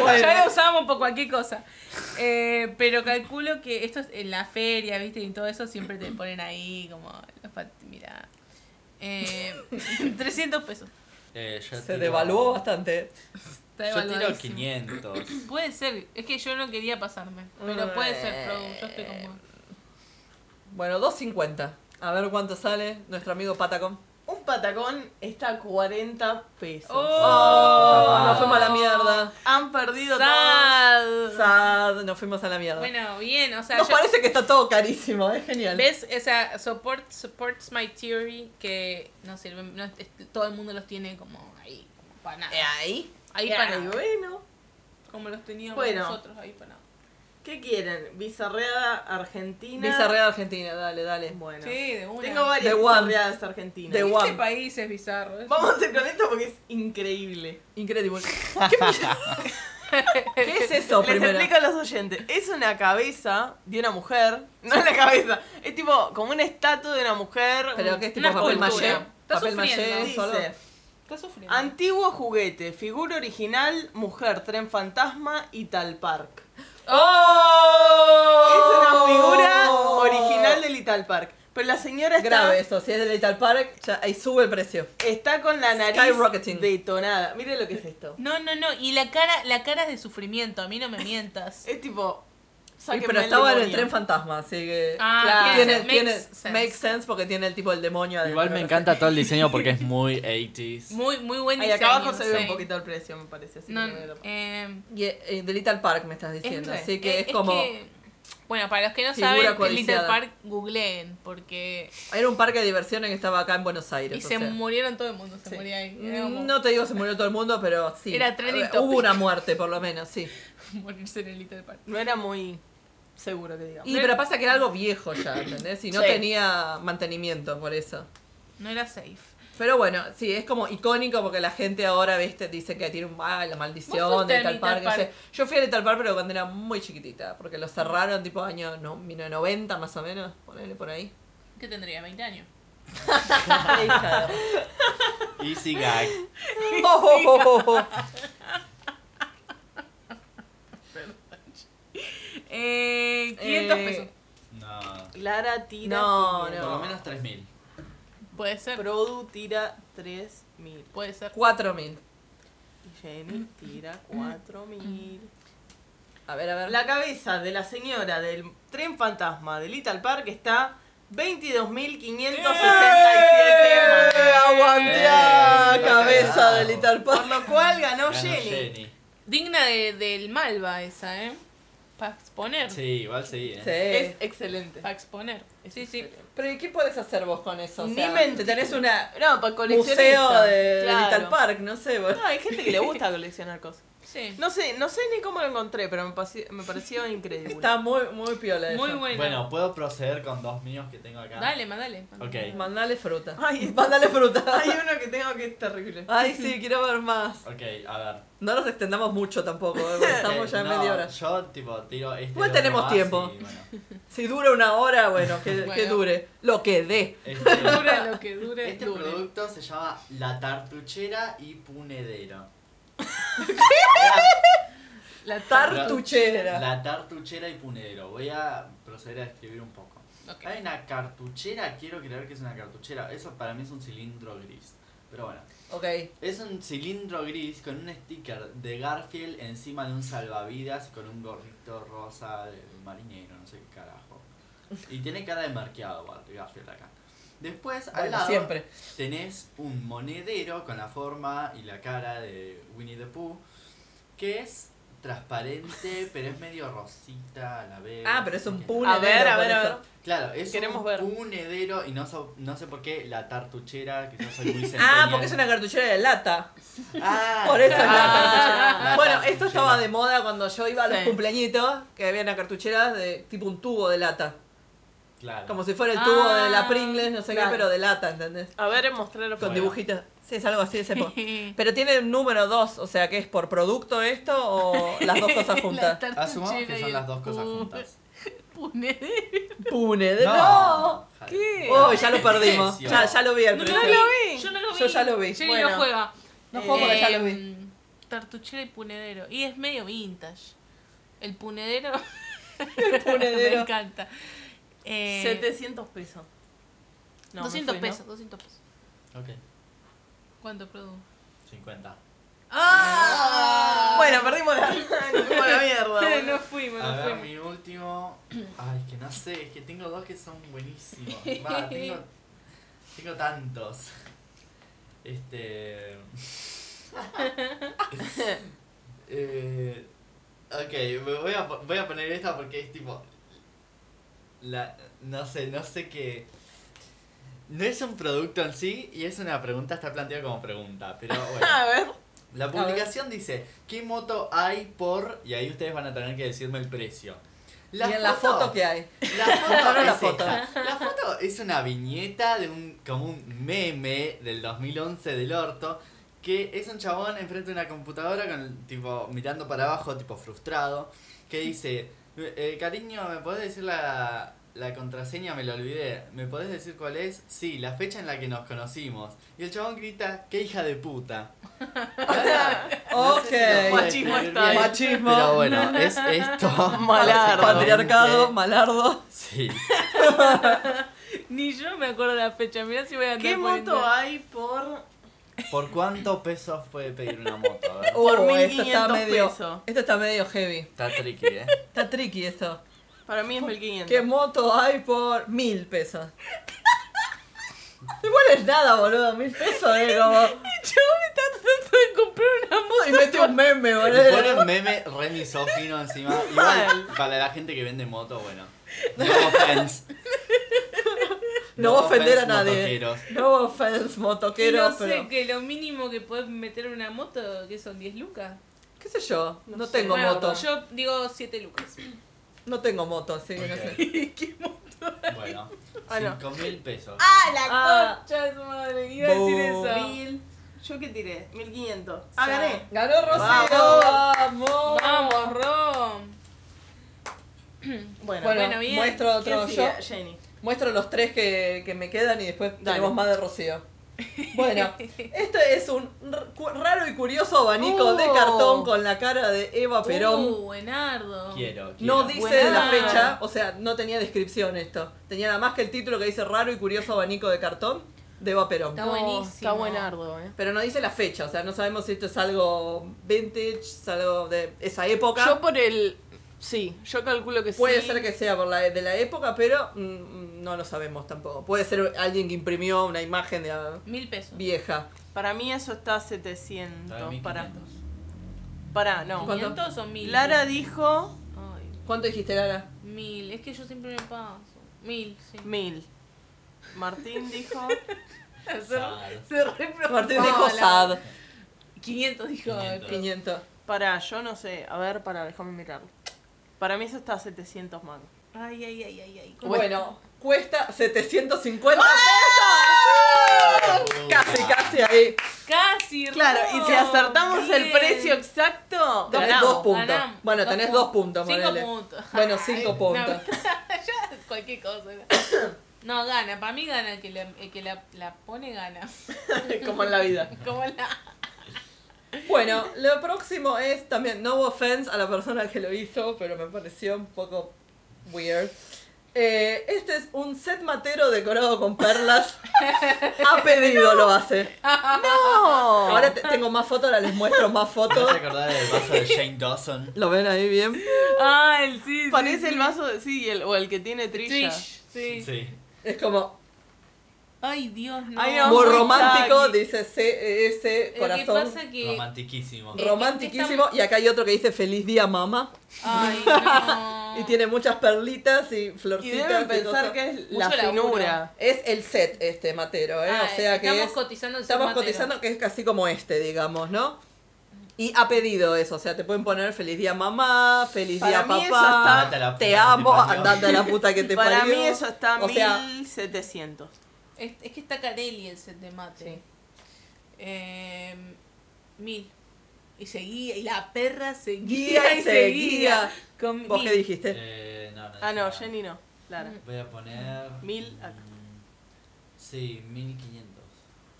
S2: Bueno.
S1: Ya lo usamos por cualquier cosa. Eh, pero calculo que esto es en la feria, ¿viste? Y todo eso siempre te ponen ahí, como. Los pat- Mira. Eh, 300 pesos.
S3: Eh, yo
S2: Se
S3: tiro-
S2: devaluó bastante.
S1: Está
S3: Yo tiro
S1: devaluadísimo.
S3: 500.
S1: Puede ser, es que yo no quería pasarme. Pero puede ser, Produ, yo estoy como.
S2: Bueno, 2.50. A ver cuánto sale nuestro amigo patacón.
S4: Un patacón está a 40 pesos.
S2: Oh,
S3: Ah.
S2: nos fuimos a la mierda.
S4: Han perdido todos.
S1: Sad.
S2: Sad, nos fuimos a la mierda.
S1: Bueno, bien, o sea,
S2: Nos
S1: yo-
S2: parece que está todo carísimo, es genial.
S1: ves, o sea, support, supports my theory que no sirve, no, es- todo el mundo los tiene como ahí, como para nada.
S2: Ahí.
S1: Ahí para
S4: Ay,
S1: nada.
S4: bueno.
S1: Como los teníamos
S4: eh, Bueno.
S1: nosotros ahí para nada.
S4: ¿Qué quieren? Bizarreada argentina.
S2: Bizarrea Argentina, dale, dale.
S4: Bueno.
S1: Sí, de una.
S4: Tengo varias
S2: The one.
S4: bizarreadas argentinas.
S2: The
S1: este
S2: one.
S1: país es bizarro. ¿eh?
S4: Vamos a hacer con esto porque es increíble.
S2: Increíble. ¿Qué, ¿Qué es eso,
S4: Les
S2: primero?
S4: explico a los oyentes. Es una cabeza de una mujer. No es la cabeza. Es tipo como una estatua de una mujer.
S2: ¿Pero
S4: un-
S2: qué es tipo
S1: Una
S2: papel
S1: escultura.
S2: maché?
S1: Está
S2: ¿Papel maché
S1: sufriendo.
S2: solo?
S4: Dice,
S1: Está sufriendo.
S4: antiguo juguete, figura original, mujer, tren fantasma y tal park. Es
S2: ¡Oh!
S4: una figura original del Ital Park. Pero la señora está,
S2: Grave eso, si es del Little Park, ya, ahí sube el precio.
S4: está con la nariz
S2: Skyrocketing.
S4: detonada. Mire lo que es esto. Eh,
S1: No, no, no, y la cara, la cara es de sufrimiento, a mí no me mientas.
S4: Es tipo,
S2: Y
S4: Sáquenme
S2: pero
S4: el
S2: estaba en el
S4: demonio.
S2: tren fantasma, así que.
S1: Ah,
S4: Claro.
S2: tiene,
S1: tiene-
S2: tiene-
S1: makes sense.
S2: makes sense porque tiene el tipo del demonio adentro,
S3: Igual me
S2: no sé.
S3: encanta todo el diseño porque es muy 80s.
S1: Muy, muy buen
S4: Ahí
S1: diseño.
S4: acá abajo se ve
S1: sí.
S4: un poquito el precio, me parece. Así
S1: No,
S4: que me lo-
S1: eh,
S2: Y, eh, The Little Park me estás
S1: es
S2: diciendo,
S1: re-
S2: así que
S1: eh,
S2: es, como.
S1: que- bueno, para los que no
S2: Figura
S1: saben, el Little
S2: codiciada.
S1: Park googleen, porque...
S2: Era un parque de diversiones que estaba acá en Buenos
S1: Y
S2: Aires. o
S1: se
S2: sea. mm,
S1: murieron todo el mundo, se moría ahí. Era como
S2: No te digo se murió todo el mundo, pero sí. eh,
S1: Era trending
S2: Hubo
S1: topic.
S2: una muerte, por lo menos, sí.
S1: morirse en el Little Park.
S4: no era muy seguro que digamos.
S2: Y pero pasa que era algo viejo ya, ¿entendés? Y no
S4: Sí.
S2: tenía mantenimiento por eso.
S1: No era safe.
S2: Pero bueno, sí, es como icónico porque la gente ahora, viste, dice que tiene un mal, la
S1: ¿Vos
S2: maldición
S1: fuiste
S2: de
S1: a
S2: tal
S1: mi
S2: parque.
S1: tal
S2: no sé.
S1: parque?
S2: Yo fui a tal parque, pero cuando era muy chiquitita, porque lo cerraron tipo año no, 1990 más o menos, ponele por ahí.
S1: ¿Qué tendría? ¿20 años?
S2: Hija de-
S3: Easy gag.
S2: Oh, oh, oh, oh, oh.
S1: Eh, 500
S2: Eh,
S1: pesos.
S3: No.
S4: Lara tira.
S2: No,
S3: Por lo
S2: no.
S3: menos 3000.
S1: Puede ser.
S4: Produ tira 3000.
S1: Puede ser.
S2: 4000.
S4: Y Jenny tira 4000.
S2: A ver, a ver.
S4: La cabeza de la señora del tren fantasma de Little Park está 22.567 manos.
S2: ¡Aguantea!
S3: Eh,
S2: Ah, cabeza
S3: cagado.
S2: de Little
S4: Por
S2: Park.
S4: lo cual ganó,
S3: Ganó
S4: Jenny.
S3: Jenny.
S1: Digna de- del Malva esa, ¿eh? Para exponer.
S3: Sí, igual sí,
S2: Sí.
S3: eh.
S4: Es excelente.
S1: Para exponer. Sí, sí.
S2: Pero ¿y qué podés hacer vos con eso? O
S4: Ni
S2: sea,
S4: mentí-
S2: te tenés un
S4: No, para
S2: museo
S4: coleccionista.
S2: de
S4: Claro.
S2: Little Park, no sé. vos.
S4: No, hay gente que le gusta coleccionar cosas.
S1: Sí.
S4: No sé, no sé ni cómo lo encontré, pero me, pasi- me pareció increíble.
S2: Está muy, muy piola eso.
S1: Muy bueno.
S3: Bueno, puedo proceder con dos míos que tengo acá.
S1: Dale, mandale.
S3: Ok.
S2: Mandale fruta.
S4: Ay,
S2: Mandale fruta.
S4: Hay uno que tengo que es terrible.
S2: Ay, sí, quiero ver más.
S3: Ok, a ver.
S2: No nos extendamos mucho tampoco, eh, porque estamos
S3: Eh,
S2: ya en
S3: no,
S2: media hora.
S3: Yo, tipo, tiro este.
S2: Igual
S3: otro
S2: tenemos
S3: más
S2: tiempo.
S3: y, bueno.
S2: Si dura una hora, bueno, que,
S1: Bueno.
S2: que dure. Lo que dé.
S3: Este,
S1: Dura lo que dure.
S3: este
S1: dure.
S3: producto se llama La Tartuchera y Punedero.
S1: La tarde.
S2: Tartuchera.
S3: La Tartuchera y Punedero. Voy a proceder a escribir un poco.
S1: Ok.
S3: Hay una cartuchera, quiero creer que es una cartuchera. Eso para mí es un cilindro gris. Pero bueno.
S2: Ok.
S3: Es un cilindro gris con un sticker de Garfield encima de un salvavidas con un gorrito rosa de marinero, no sé qué carajo. Y tiene cara de marqueado Gar- Garfield acá. Después, al
S2: Bueno,
S3: lado,
S2: siempre.
S3: tenés un monedero con la forma y la cara de Winnie the Pooh, que es transparente, pero es medio rosita a la vez.
S2: Ah, pero es
S3: así
S2: un
S3: que-
S2: punedero.
S4: A ver, a
S2: por
S4: ver, a
S2: eso.
S4: ver.
S3: Claro, es
S4: Queremos
S3: un
S4: ver.
S3: punedero y no, so- no sé por qué la tartuchera, que yo soy muy
S2: Ah,
S3: centennial.
S2: porque es una cartuchera de lata.
S3: Ah,
S2: Por eso es la
S3: claro.
S2: cartuchera.
S3: La
S2: bueno,
S3: cartuchera.
S2: esto estaba de moda cuando yo iba a los
S4: Sí.
S2: cumpleañitos, que había una cartuchera de tipo un tubo de lata.
S3: Claro.
S2: Como si fuera el tubo
S1: Ah,
S2: de la Pringles, no sé
S4: claro.
S2: qué, pero de lata, ¿entendés?
S4: A ver, mostrarlo
S2: Con
S3: Bueno.
S2: dibujitos. Sí, es algo así de ese po- Pero tiene un número 2, o sea, que es por producto esto o las dos cosas juntas.
S1: La
S3: Asumamos
S1: tartuchera
S3: que
S1: y
S3: son
S1: el
S3: las dos cosas
S1: pu-
S3: juntas.
S1: punedero.
S2: Pune de no.
S3: ¿Qué?
S2: Oh, ya lo perdimos. Ya, ya lo vi al
S1: No
S2: precio.
S1: lo
S4: vi.
S1: Yo no lo vi.
S2: Yo ya lo vi.
S1: Jenny
S2: Bueno.
S1: no juega.
S2: No juego porque ya lo vi.
S1: Em, Tartuchera y punedero. Y es medio vintage. El punedero.
S2: El
S1: me
S2: punedero.
S1: encanta. Eh,
S4: 700 pesos. No, me
S1: 200
S4: fui, ¿no?
S1: pesos, 200 pesos.
S3: Ok,
S1: ¿Cuánto produjo?
S3: 50.
S1: ¡Ah!
S4: Bueno, perdimos la, perdimos la mierda.
S1: no
S4: boludo.
S1: fuimos,
S3: A
S1: no
S3: ver,
S1: fuimos.
S3: mi último. Ay, es que no sé, es que tengo dos que son buenísimos. Va, tengo, tengo tantos. Este. eh, ok, me voy a, po- voy a poner esta porque es tipo. La, no sé, no sé qué. No es un producto en sí y es una pregunta, está planteada como pregunta, pero bueno.
S4: A ver.
S3: La publicación dice, ¿qué moto hay por...? Y ahí ustedes van a tener que decirme el precio.
S2: y en la foto que hay.
S3: La foto,
S2: Solo la
S3: es
S2: foto.
S3: esta. La foto es una viñeta de un como un meme del 2011 del orto que es un chabón enfrente de una computadora con tipo mirando para abajo, tipo frustrado, que dice, "Eh, cariño, ¿me podés decir la, la contraseña? Me lo olvidé. ¿Me podés decir cuál es? Sí, la fecha en la que nos conocimos. Y el chabón grita, qué hija de puta. Ahora, no sé si lo
S2: Ok.
S3: puedo
S4: Machismo
S3: describir
S4: está.
S3: bien,
S2: Machismo.
S3: Pero bueno, es esto.
S4: Malardo.
S2: Patriarcado, malardo.
S3: Sí.
S1: Ni yo me acuerdo la fecha. Mirá si voy a andar
S4: ¿Qué
S1: poniendo-
S4: moto hay por.?
S3: ¿Por cuánto pesos puede pedir una moto? A ver.
S4: Por
S2: Oh, esto está
S4: 1500
S2: medio-
S4: pesos.
S2: Esto está medio heavy.
S3: Está tricky, ¿eh?
S2: Está tricky esto.
S4: Para mí es 1500.
S2: ¿Qué moto hay por mil pesos? Igual es nada, boludo. Mil pesos es como.
S1: Yo me estaba tratando de comprar una moto.
S2: Y mete un meme,
S3: Le
S2: boludo.
S3: ponen meme re misógino encima. Igual para la gente que vende moto, bueno. No offense.
S2: No voy a ofender a
S3: offense,
S2: nadie.
S3: motoqueros.
S2: No offense,
S1: Y
S2: motoquero,
S1: no sé
S2: pero.
S1: que lo mínimo que puedes meter en una moto, que son 10 lucas.
S2: ¿Qué sé yo? No,
S4: No sé.
S2: tengo
S1: Bueno,
S2: moto.
S1: Yo digo 7 lucas.
S2: No tengo moto, así que no sé.
S1: ¿Qué moto?
S3: Bueno,
S4: Ah, no.
S3: 5 mil pesos.
S1: ¡Ah, la
S2: Ah.
S1: concha de su madre! Iba a decir
S2: Bo-
S1: eso.
S4: Mil. ¿Yo qué tiré? 1500. Ah, gané.
S2: ¡Ganó Rosero!
S4: Vamos.
S2: ¡Vamos!
S1: Vamos, Rom.
S4: Bueno,
S2: Bueno,
S1: Bueno, bien.
S2: muestro otro yo.
S4: ¿quién sigue? Jenny.
S2: Muestro los tres que, que me quedan y después
S4: Dale.
S2: tenemos más de Rocío. Bueno, esto es un r- cu- raro y curioso abanico de
S4: Oh.
S2: cartón con la cara de Eva Perón.
S1: Uh, Buenardo.
S3: Quiero, quiero.
S2: No dice
S1: Buena.
S2: la fecha, o sea, no tenía descripción esto. Tenía nada más que el título que dice raro y curioso abanico de cartón de Eva Perón.
S1: Está buenísimo.
S4: Está buenardo, eh.
S2: Pero no dice la fecha, o sea, no sabemos si esto es algo vintage, es algo de esa época.
S4: Yo por el. Sí, yo calculo que
S2: Puede
S4: sí.
S2: ser que sea por la de la época, pero mm, no lo sabemos tampoco. Puede ser alguien que imprimió una imagen de ah,
S1: Mil pesos.
S2: vieja.
S4: Para mí eso está a
S3: Para
S4: 700.
S3: mí
S4: Para,
S3: 500.
S4: para, no.
S2: ¿Cuánto?
S1: 500 o mil.
S4: Lara dijo
S1: Ay,
S2: ¿Cuánto dijiste, Lara?
S1: mil. Es que yo siempre me paso. Mil, sí.
S4: 1000. Martín dijo.
S3: Sad.
S1: Se reprobó.
S2: Martín dijo sad.
S1: 500 dijo.
S3: 500.
S2: 500.
S4: Para, yo no sé. A ver, para, déjame mirarlo. Para mí eso está a 700 man.
S1: Ay, ay, ay, ay, ay. ¿Cómo?
S2: Bueno, cuesta 750 pesos. Casi, casi ahí.
S1: Casi.
S4: Claro, y si
S1: Rom,
S4: acertamos el
S1: bien.
S4: precio exacto,
S2: Tenés dos
S4: ganamos.
S2: puntos.
S1: Ganamos.
S2: Bueno, tenés dos puntos,
S1: Cinco
S2: ponele.
S1: puntos.
S2: Bueno, cinco puntos.
S1: Ya, cualquier cosa. era. No, gana. Para mí gana. El que, la, el que la, la pone gana.
S4: Como en la vida.
S1: Como la...
S2: Bueno, lo próximo es también, no offense a la persona que lo hizo, pero me pareció un poco weird. Eh, este es un set matero decorado con perlas. A pedido lo hace.
S4: ¡No!
S2: Ahora te- tengo más fotos, ahora les muestro más
S3: ¿Te vas
S2: fotos.
S3: a acordar del vaso de Shane Dawson?
S2: ¿Lo ven ahí bien?
S1: Ah, el sí.
S4: Parece el vaso de. Sí, el- o el que tiene trilla.
S1: Trish. Sí.
S3: Sí.
S2: Es como
S1: Ay, Dios, no.
S4: Ay, no.
S2: muy
S4: Muy
S2: romántico,
S4: taqui.
S2: dice
S1: Lo
S2: CS,
S1: que
S2: corazón.
S1: pasa que...
S3: Romantiquísimo.
S1: Eh,
S2: Romantiquísimo. Y acá hay otro que dice feliz día mamá.
S1: Ay, no.
S2: Y tiene muchas perlitas y
S4: Y
S2: florcitas.
S4: deben
S2: cosas.
S4: pensar que es
S1: Mucho
S4: la
S1: laburo.
S4: finura.
S2: Es el set este matero, ¿eh?
S1: Ah,
S2: o sea que
S1: estamos
S2: es-
S1: cotizando el
S2: estamos
S1: submatero.
S2: cotizando que es casi como este, digamos, ¿no? Y ha pedido eso, o sea, te pueden poner feliz día mamá, feliz
S4: Para
S2: día
S4: mí eso
S2: papá,
S3: está- Andate a la puta
S2: te
S3: que
S2: amo,
S3: te parió.
S2: andate a la puta que te
S4: Para
S2: parió.
S4: mí eso está a
S2: O sea,
S4: 1700.
S1: Es, es que está Carelli el set de mate.
S2: Sí.
S1: Eh, mil. Y seguía, y la perra seguía
S2: guía y seguía.
S1: Con
S2: ¿Vos
S1: mil.
S2: qué dijiste?
S3: Eh, no, no,
S4: Ah, no,
S3: nada.
S4: Jenny no. Clara.
S3: Voy a poner.
S4: Mil acá.
S3: mm, Sí, 1500.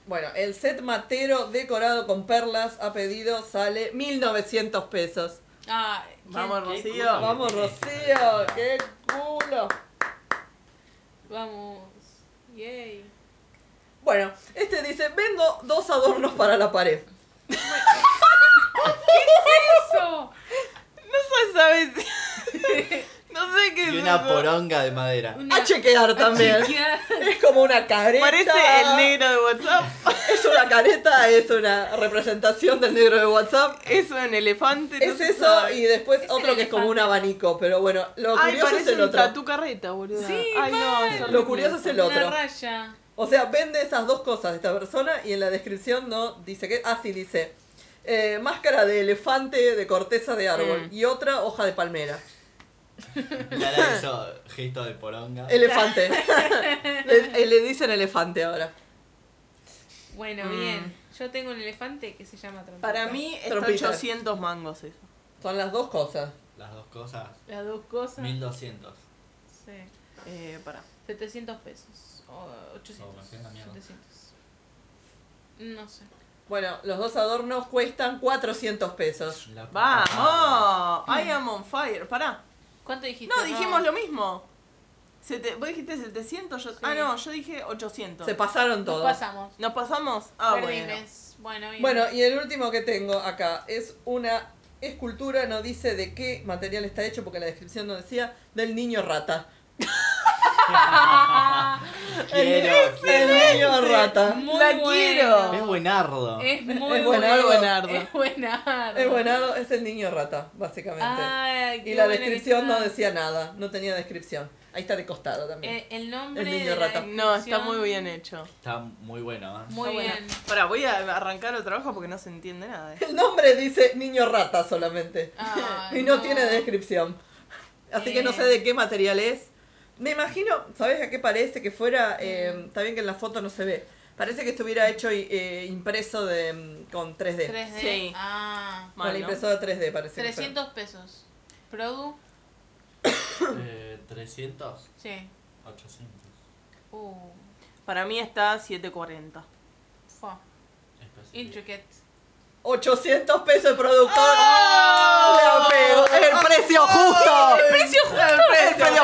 S2: Bueno, el set matero decorado con perlas ha pedido, sale 1900 pesos.
S1: Ah, ¿quién?
S4: Vamos,
S3: ¿Qué
S4: Rocío.
S3: culo?
S2: Vamos, Rocío, qué culo.
S1: Vamos. Yay.
S2: Bueno, este dice, vendo dos adornos para la pared.
S1: Eso.
S4: No sé, ¿sabes? no sé qué es
S3: Y una
S4: eso.
S3: poronga de madera.
S1: Una-
S2: A chequear también.
S1: chequear.
S2: Es como una careta.
S4: Parece el negro de WhatsApp.
S2: Es una careta, es una representación del negro de WhatsApp.
S4: Es un elefante. no
S2: Es
S4: se
S2: eso
S4: sabe.
S2: y después
S1: Es el
S2: otro que es como un
S1: elefante.
S2: abanico, pero bueno, lo
S4: Ay,
S2: curioso es
S4: parece
S2: el
S4: un
S2: otro.
S4: tatu carreta, boludo.
S1: Sí,
S4: Ay, no, es
S1: mal.
S4: horrible
S2: Lo curioso es
S4: eso.
S2: el otro.
S1: Una raya.
S2: O sea, vende esas dos cosas esta persona y en la descripción no dice que... Ah, sí, dice. eh, máscara de elefante de corteza de árbol
S4: Mm.
S2: y otra hoja de palmera.
S3: Clara hizo gesto de poronga.
S2: Elefante. le, le dicen elefante ahora.
S1: Bueno,
S4: Mm.
S1: bien. Yo tengo un elefante que se llama trompeta.
S4: Para mí está
S2: Trompita.
S4: 800 mangos eso.
S2: Son las dos cosas.
S3: Las dos cosas.
S1: Las dos cosas.
S3: 1200.
S1: Sí.
S4: Eh, pará.
S1: 700 pesos. O 800.
S3: Oh, me queda mierda.
S1: 700. No sé.
S2: Bueno, los dos adornos cuestan 400 pesos.
S3: La puta madre.
S4: ¡Vamos! I am on fire. Pará.
S1: ¿Cuánto dijiste?
S4: No, dijimos
S1: Ron?
S4: lo mismo. Sete- vos dijiste 700, yo...
S1: Sí.
S4: Ah, no, yo dije 800.
S2: Se pasaron
S1: Nos
S2: todos.
S1: pasamos.
S4: ¿Nos pasamos? Ah, bueno.
S1: Perdimos. Bueno, bien.
S2: Bueno, y el último que tengo acá es una escultura no dice de qué material está hecho, porque la descripción no decía, del niño rata.
S3: Quiero,
S2: El
S3: quiero.
S2: niño rata.
S1: Muy
S4: La
S1: bueno.
S4: quiero.
S3: Es buenardo.
S2: Eh.
S1: Es muy
S2: Es buenardo,
S1: bueno.
S2: buenardo.
S1: Es
S4: Eh,
S1: buenardo.
S2: Es buenardo, es el niño rata, básicamente.
S1: Ay,
S2: y
S1: Ah, qué
S2: la
S1: buena que
S2: descripción no
S1: está.
S2: decía nada, no tenía descripción. Ahí está de costado también.
S1: Eh, el nombre.
S2: El niño
S1: de la
S2: rata.
S4: No, está muy bien
S1: descripción.
S4: hecho.
S3: Está muy bueno. ¿eh?
S1: Muy
S4: Está buena.
S1: bien.
S4: Pará, voy a arrancar otro ojo porque no se entiende nada. eh.
S2: El nombre dice niño rata solamente.
S1: Ay,
S2: Y no, tiene descripción. Así que no sé
S1: Eh.
S2: de qué material es. Me imagino, ¿sabes a qué parece que fuera? Eh, está bien que en la foto no se ve. Parece que estuviera hecho y, eh, impreso de, mm, con 3D.
S1: 3D.
S4: Sí.
S1: Ah.
S2: Con la
S4: Mal, ¿no?
S2: impresora 3D parece. que fuera.
S1: 300 pesos. Produ.
S3: Eh, 300,
S1: Sí.
S3: 800.
S1: Uh.
S4: Para mí está 740.
S1: Fua. Intricate.
S2: 800 pesos el productor. ¡La pegó! ¡Es el precio justo! ¡El precio justo! ¡El precio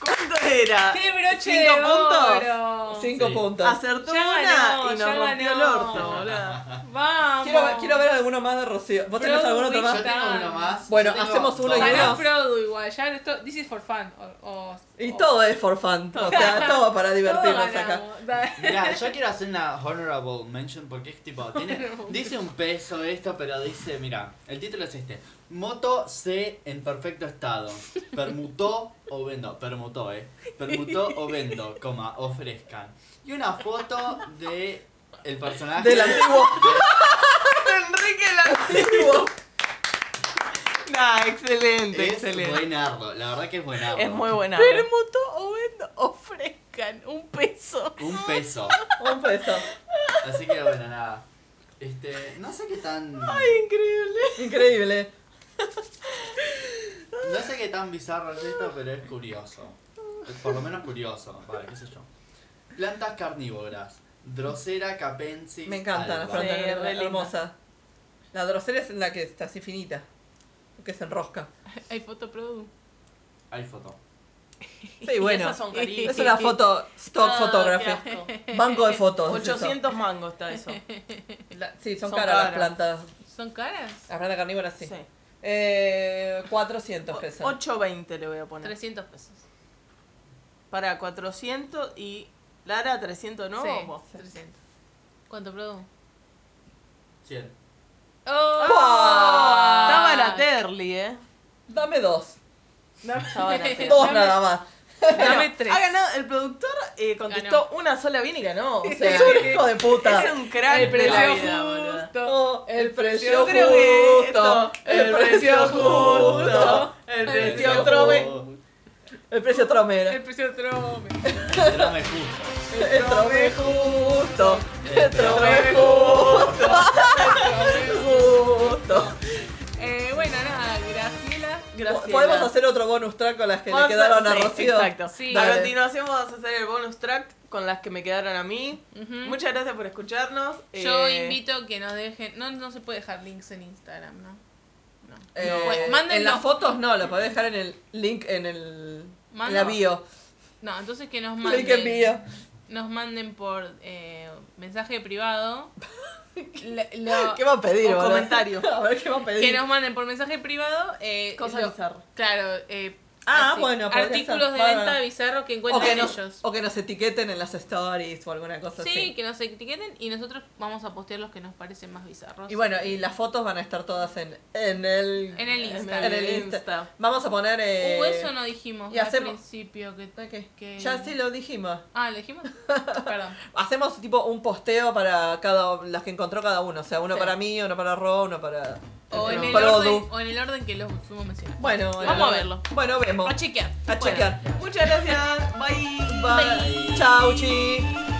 S4: ¿Cuánto era?
S1: ¡Eh! ¡Qué broche
S4: ¿Cinco
S1: de oro! ¡Oh!
S2: puntos! 5
S3: Sí.
S2: puntos.
S4: Acertó
S1: Ya ganó,
S4: una y
S1: ya
S4: nos rompió el
S1: ganó.
S4: orto, boludo.
S1: ¡Vamos!
S2: Quiero, quiero ver alguno más de Rocío. ¿Vos tenés
S1: Produ,
S2: alguno otro
S1: Villa.
S2: más?
S3: Yo tengo uno más.
S2: Bueno,
S3: Yo tengo
S2: hacemos uno y
S3: dos.
S1: Ganó
S2: uno.
S1: Produ igual. Ya esto, this is for fun. O, o-
S2: Y
S1: o-
S2: todo es for fun. O sea, todo para divertirnos
S1: Todos
S2: acá.
S1: ganamos. Dale.
S3: Mirá, yo quiero hacer una honorable mention porque es tipo, tiene, dice un peso esto, pero dice, mira, el título es este. Moto C en perfecto estado. Permutó o vendo. Permutó, eh. Permutó o vendo, coma, ofrezcan. Y una foto de el personaje
S2: Del antiguo.
S4: Enrique la...
S2: antiguo.
S4: Nah, excelente,
S3: es
S4: excelente.
S3: buenardo. La verdad que es buenardo.
S4: Es muy buena.
S1: Permuto o vendo, ofrezcan un peso.
S3: Un peso.
S2: Un peso.
S3: Así que bueno, nada. Este, no sé qué tan
S4: Increíble.
S2: Increíble.
S3: no sé qué tan bizarro es esto, pero es curioso. Es por lo menos curioso, vale, qué sé yo. Plantas carnívoras. Drosera capensis.
S2: Me encantan las
S3: alba.
S4: plantas.
S2: plantas
S4: Sí, re linda.
S2: hermosas. La drosera es la que está así finita. Que se enrosca.
S1: Hay foto Produ.
S3: Hay foto.
S2: Sí, bueno.
S4: esas son carísimas.
S2: Es una foto stock
S4: Ah,
S2: photography.
S4: qué asco.
S2: Banco de fotos. es eso.
S4: 800 mangos está eso.
S2: La- sí, son,
S4: Son
S2: caras,
S4: caras.
S2: las plantas.
S1: ¿Son caras?
S2: Las plantas carnívoras sí.
S4: Sí.
S2: Eh, 400 pesos.
S4: 820 le voy a poner.
S1: 300 pesos.
S4: Para 400 y Lara 300 no.
S1: Sí,
S4: Vos.
S1: 300. ¿Cuánto Produ?
S3: 100.
S1: ¡Oh!
S2: ¡Pah!
S4: Está baraterly, eh.
S2: Dame dos.
S4: Está baraterli.
S2: Dos
S1: Dame-
S2: nada más.
S1: Dame tres.
S4: Ha ganado, el productor eh, contestó una sola bien y ganó. O sea,
S2: es un hijo de puta.
S4: es un crack
S1: El
S4: de la
S1: precio
S4: vida, boludo.
S1: justo.
S2: Oh, el precio
S4: Yo creo que esto, el precio justo, el
S1: El
S4: precio
S1: precio
S4: trove,
S2: El precio tromero.
S1: El precio trome.
S3: Trome justo.
S2: El trome justo. El
S3: El
S2: trome justo. El trome justo.
S1: Eh, bueno, nada, Graciela.
S4: Gracias.
S2: Podemos hacer otro bonus track con las que le
S4: Vamos
S2: quedaron a
S4: sí,
S2: Rocío.
S4: Exacto.
S1: Sí.
S4: A
S1: Dale.
S4: continuación vamos a hacer el bonus track con las que me quedaron a mí. Muchas gracias por escucharnos.
S1: Mm. Yo
S4: eh,
S1: invito que nos dejen. No, no se puede dejar links en Instagram, ¿no? No.
S2: Eh,
S1: No, bueno,
S2: en las
S1: mándennos.
S2: fotos no, la podés dejar en el link en el en la
S1: Mándanos.
S2: bio.
S1: No, entonces que nos
S2: Link en
S1: manden.
S2: bio.
S1: Nos manden por eh, mensaje privado. le- lo-
S2: ¿Qué va a pedir?
S4: Un
S2: boludo?
S4: comentario.
S2: A ver qué va a pedir.
S1: que nos manden por mensaje privado. Eh,
S4: Cosa
S1: lo-
S4: bizarra.
S1: Claro. eh,
S2: Ah, bueno, podría
S1: Artículos
S2: ser.
S1: de
S2: Bárbaro.
S1: venta bizarros que
S2: o, que
S1: encuentran
S2: nos,
S1: ellos.
S2: o que nos etiqueten en las stories o alguna cosa
S1: Sí,
S2: así.
S1: que nos etiqueten y nosotros vamos a postear los que nos parecen más bizarros.
S2: Y bueno, y las fotos van a estar todas en, en el
S1: En el Insta.
S2: en el Insta. Vamos a poner eh,
S1: Uh, eso no Eh. dijimos
S2: y
S1: al
S2: hacemos-
S1: principio. Que,
S2: ¿qué?
S1: que-
S2: Ya sí lo dijimos.
S1: Ah, ¿lo dijimos? Perdón.
S2: Hacemos tipo un posteo para cada las que encontró cada uno, o sea, uno
S1: Sí.
S2: para mí, uno para Ro, uno para
S1: O en, el
S2: Produ.
S1: orden, o en el orden que los fuimos mencionando.
S2: Bueno, bueno.
S1: Vamos a verlo.
S2: Bueno, vemos.
S1: A chequear.
S2: A
S1: Bueno.
S2: chequear.
S4: Muchas gracias. Bye.
S2: Bye. Chau, chi.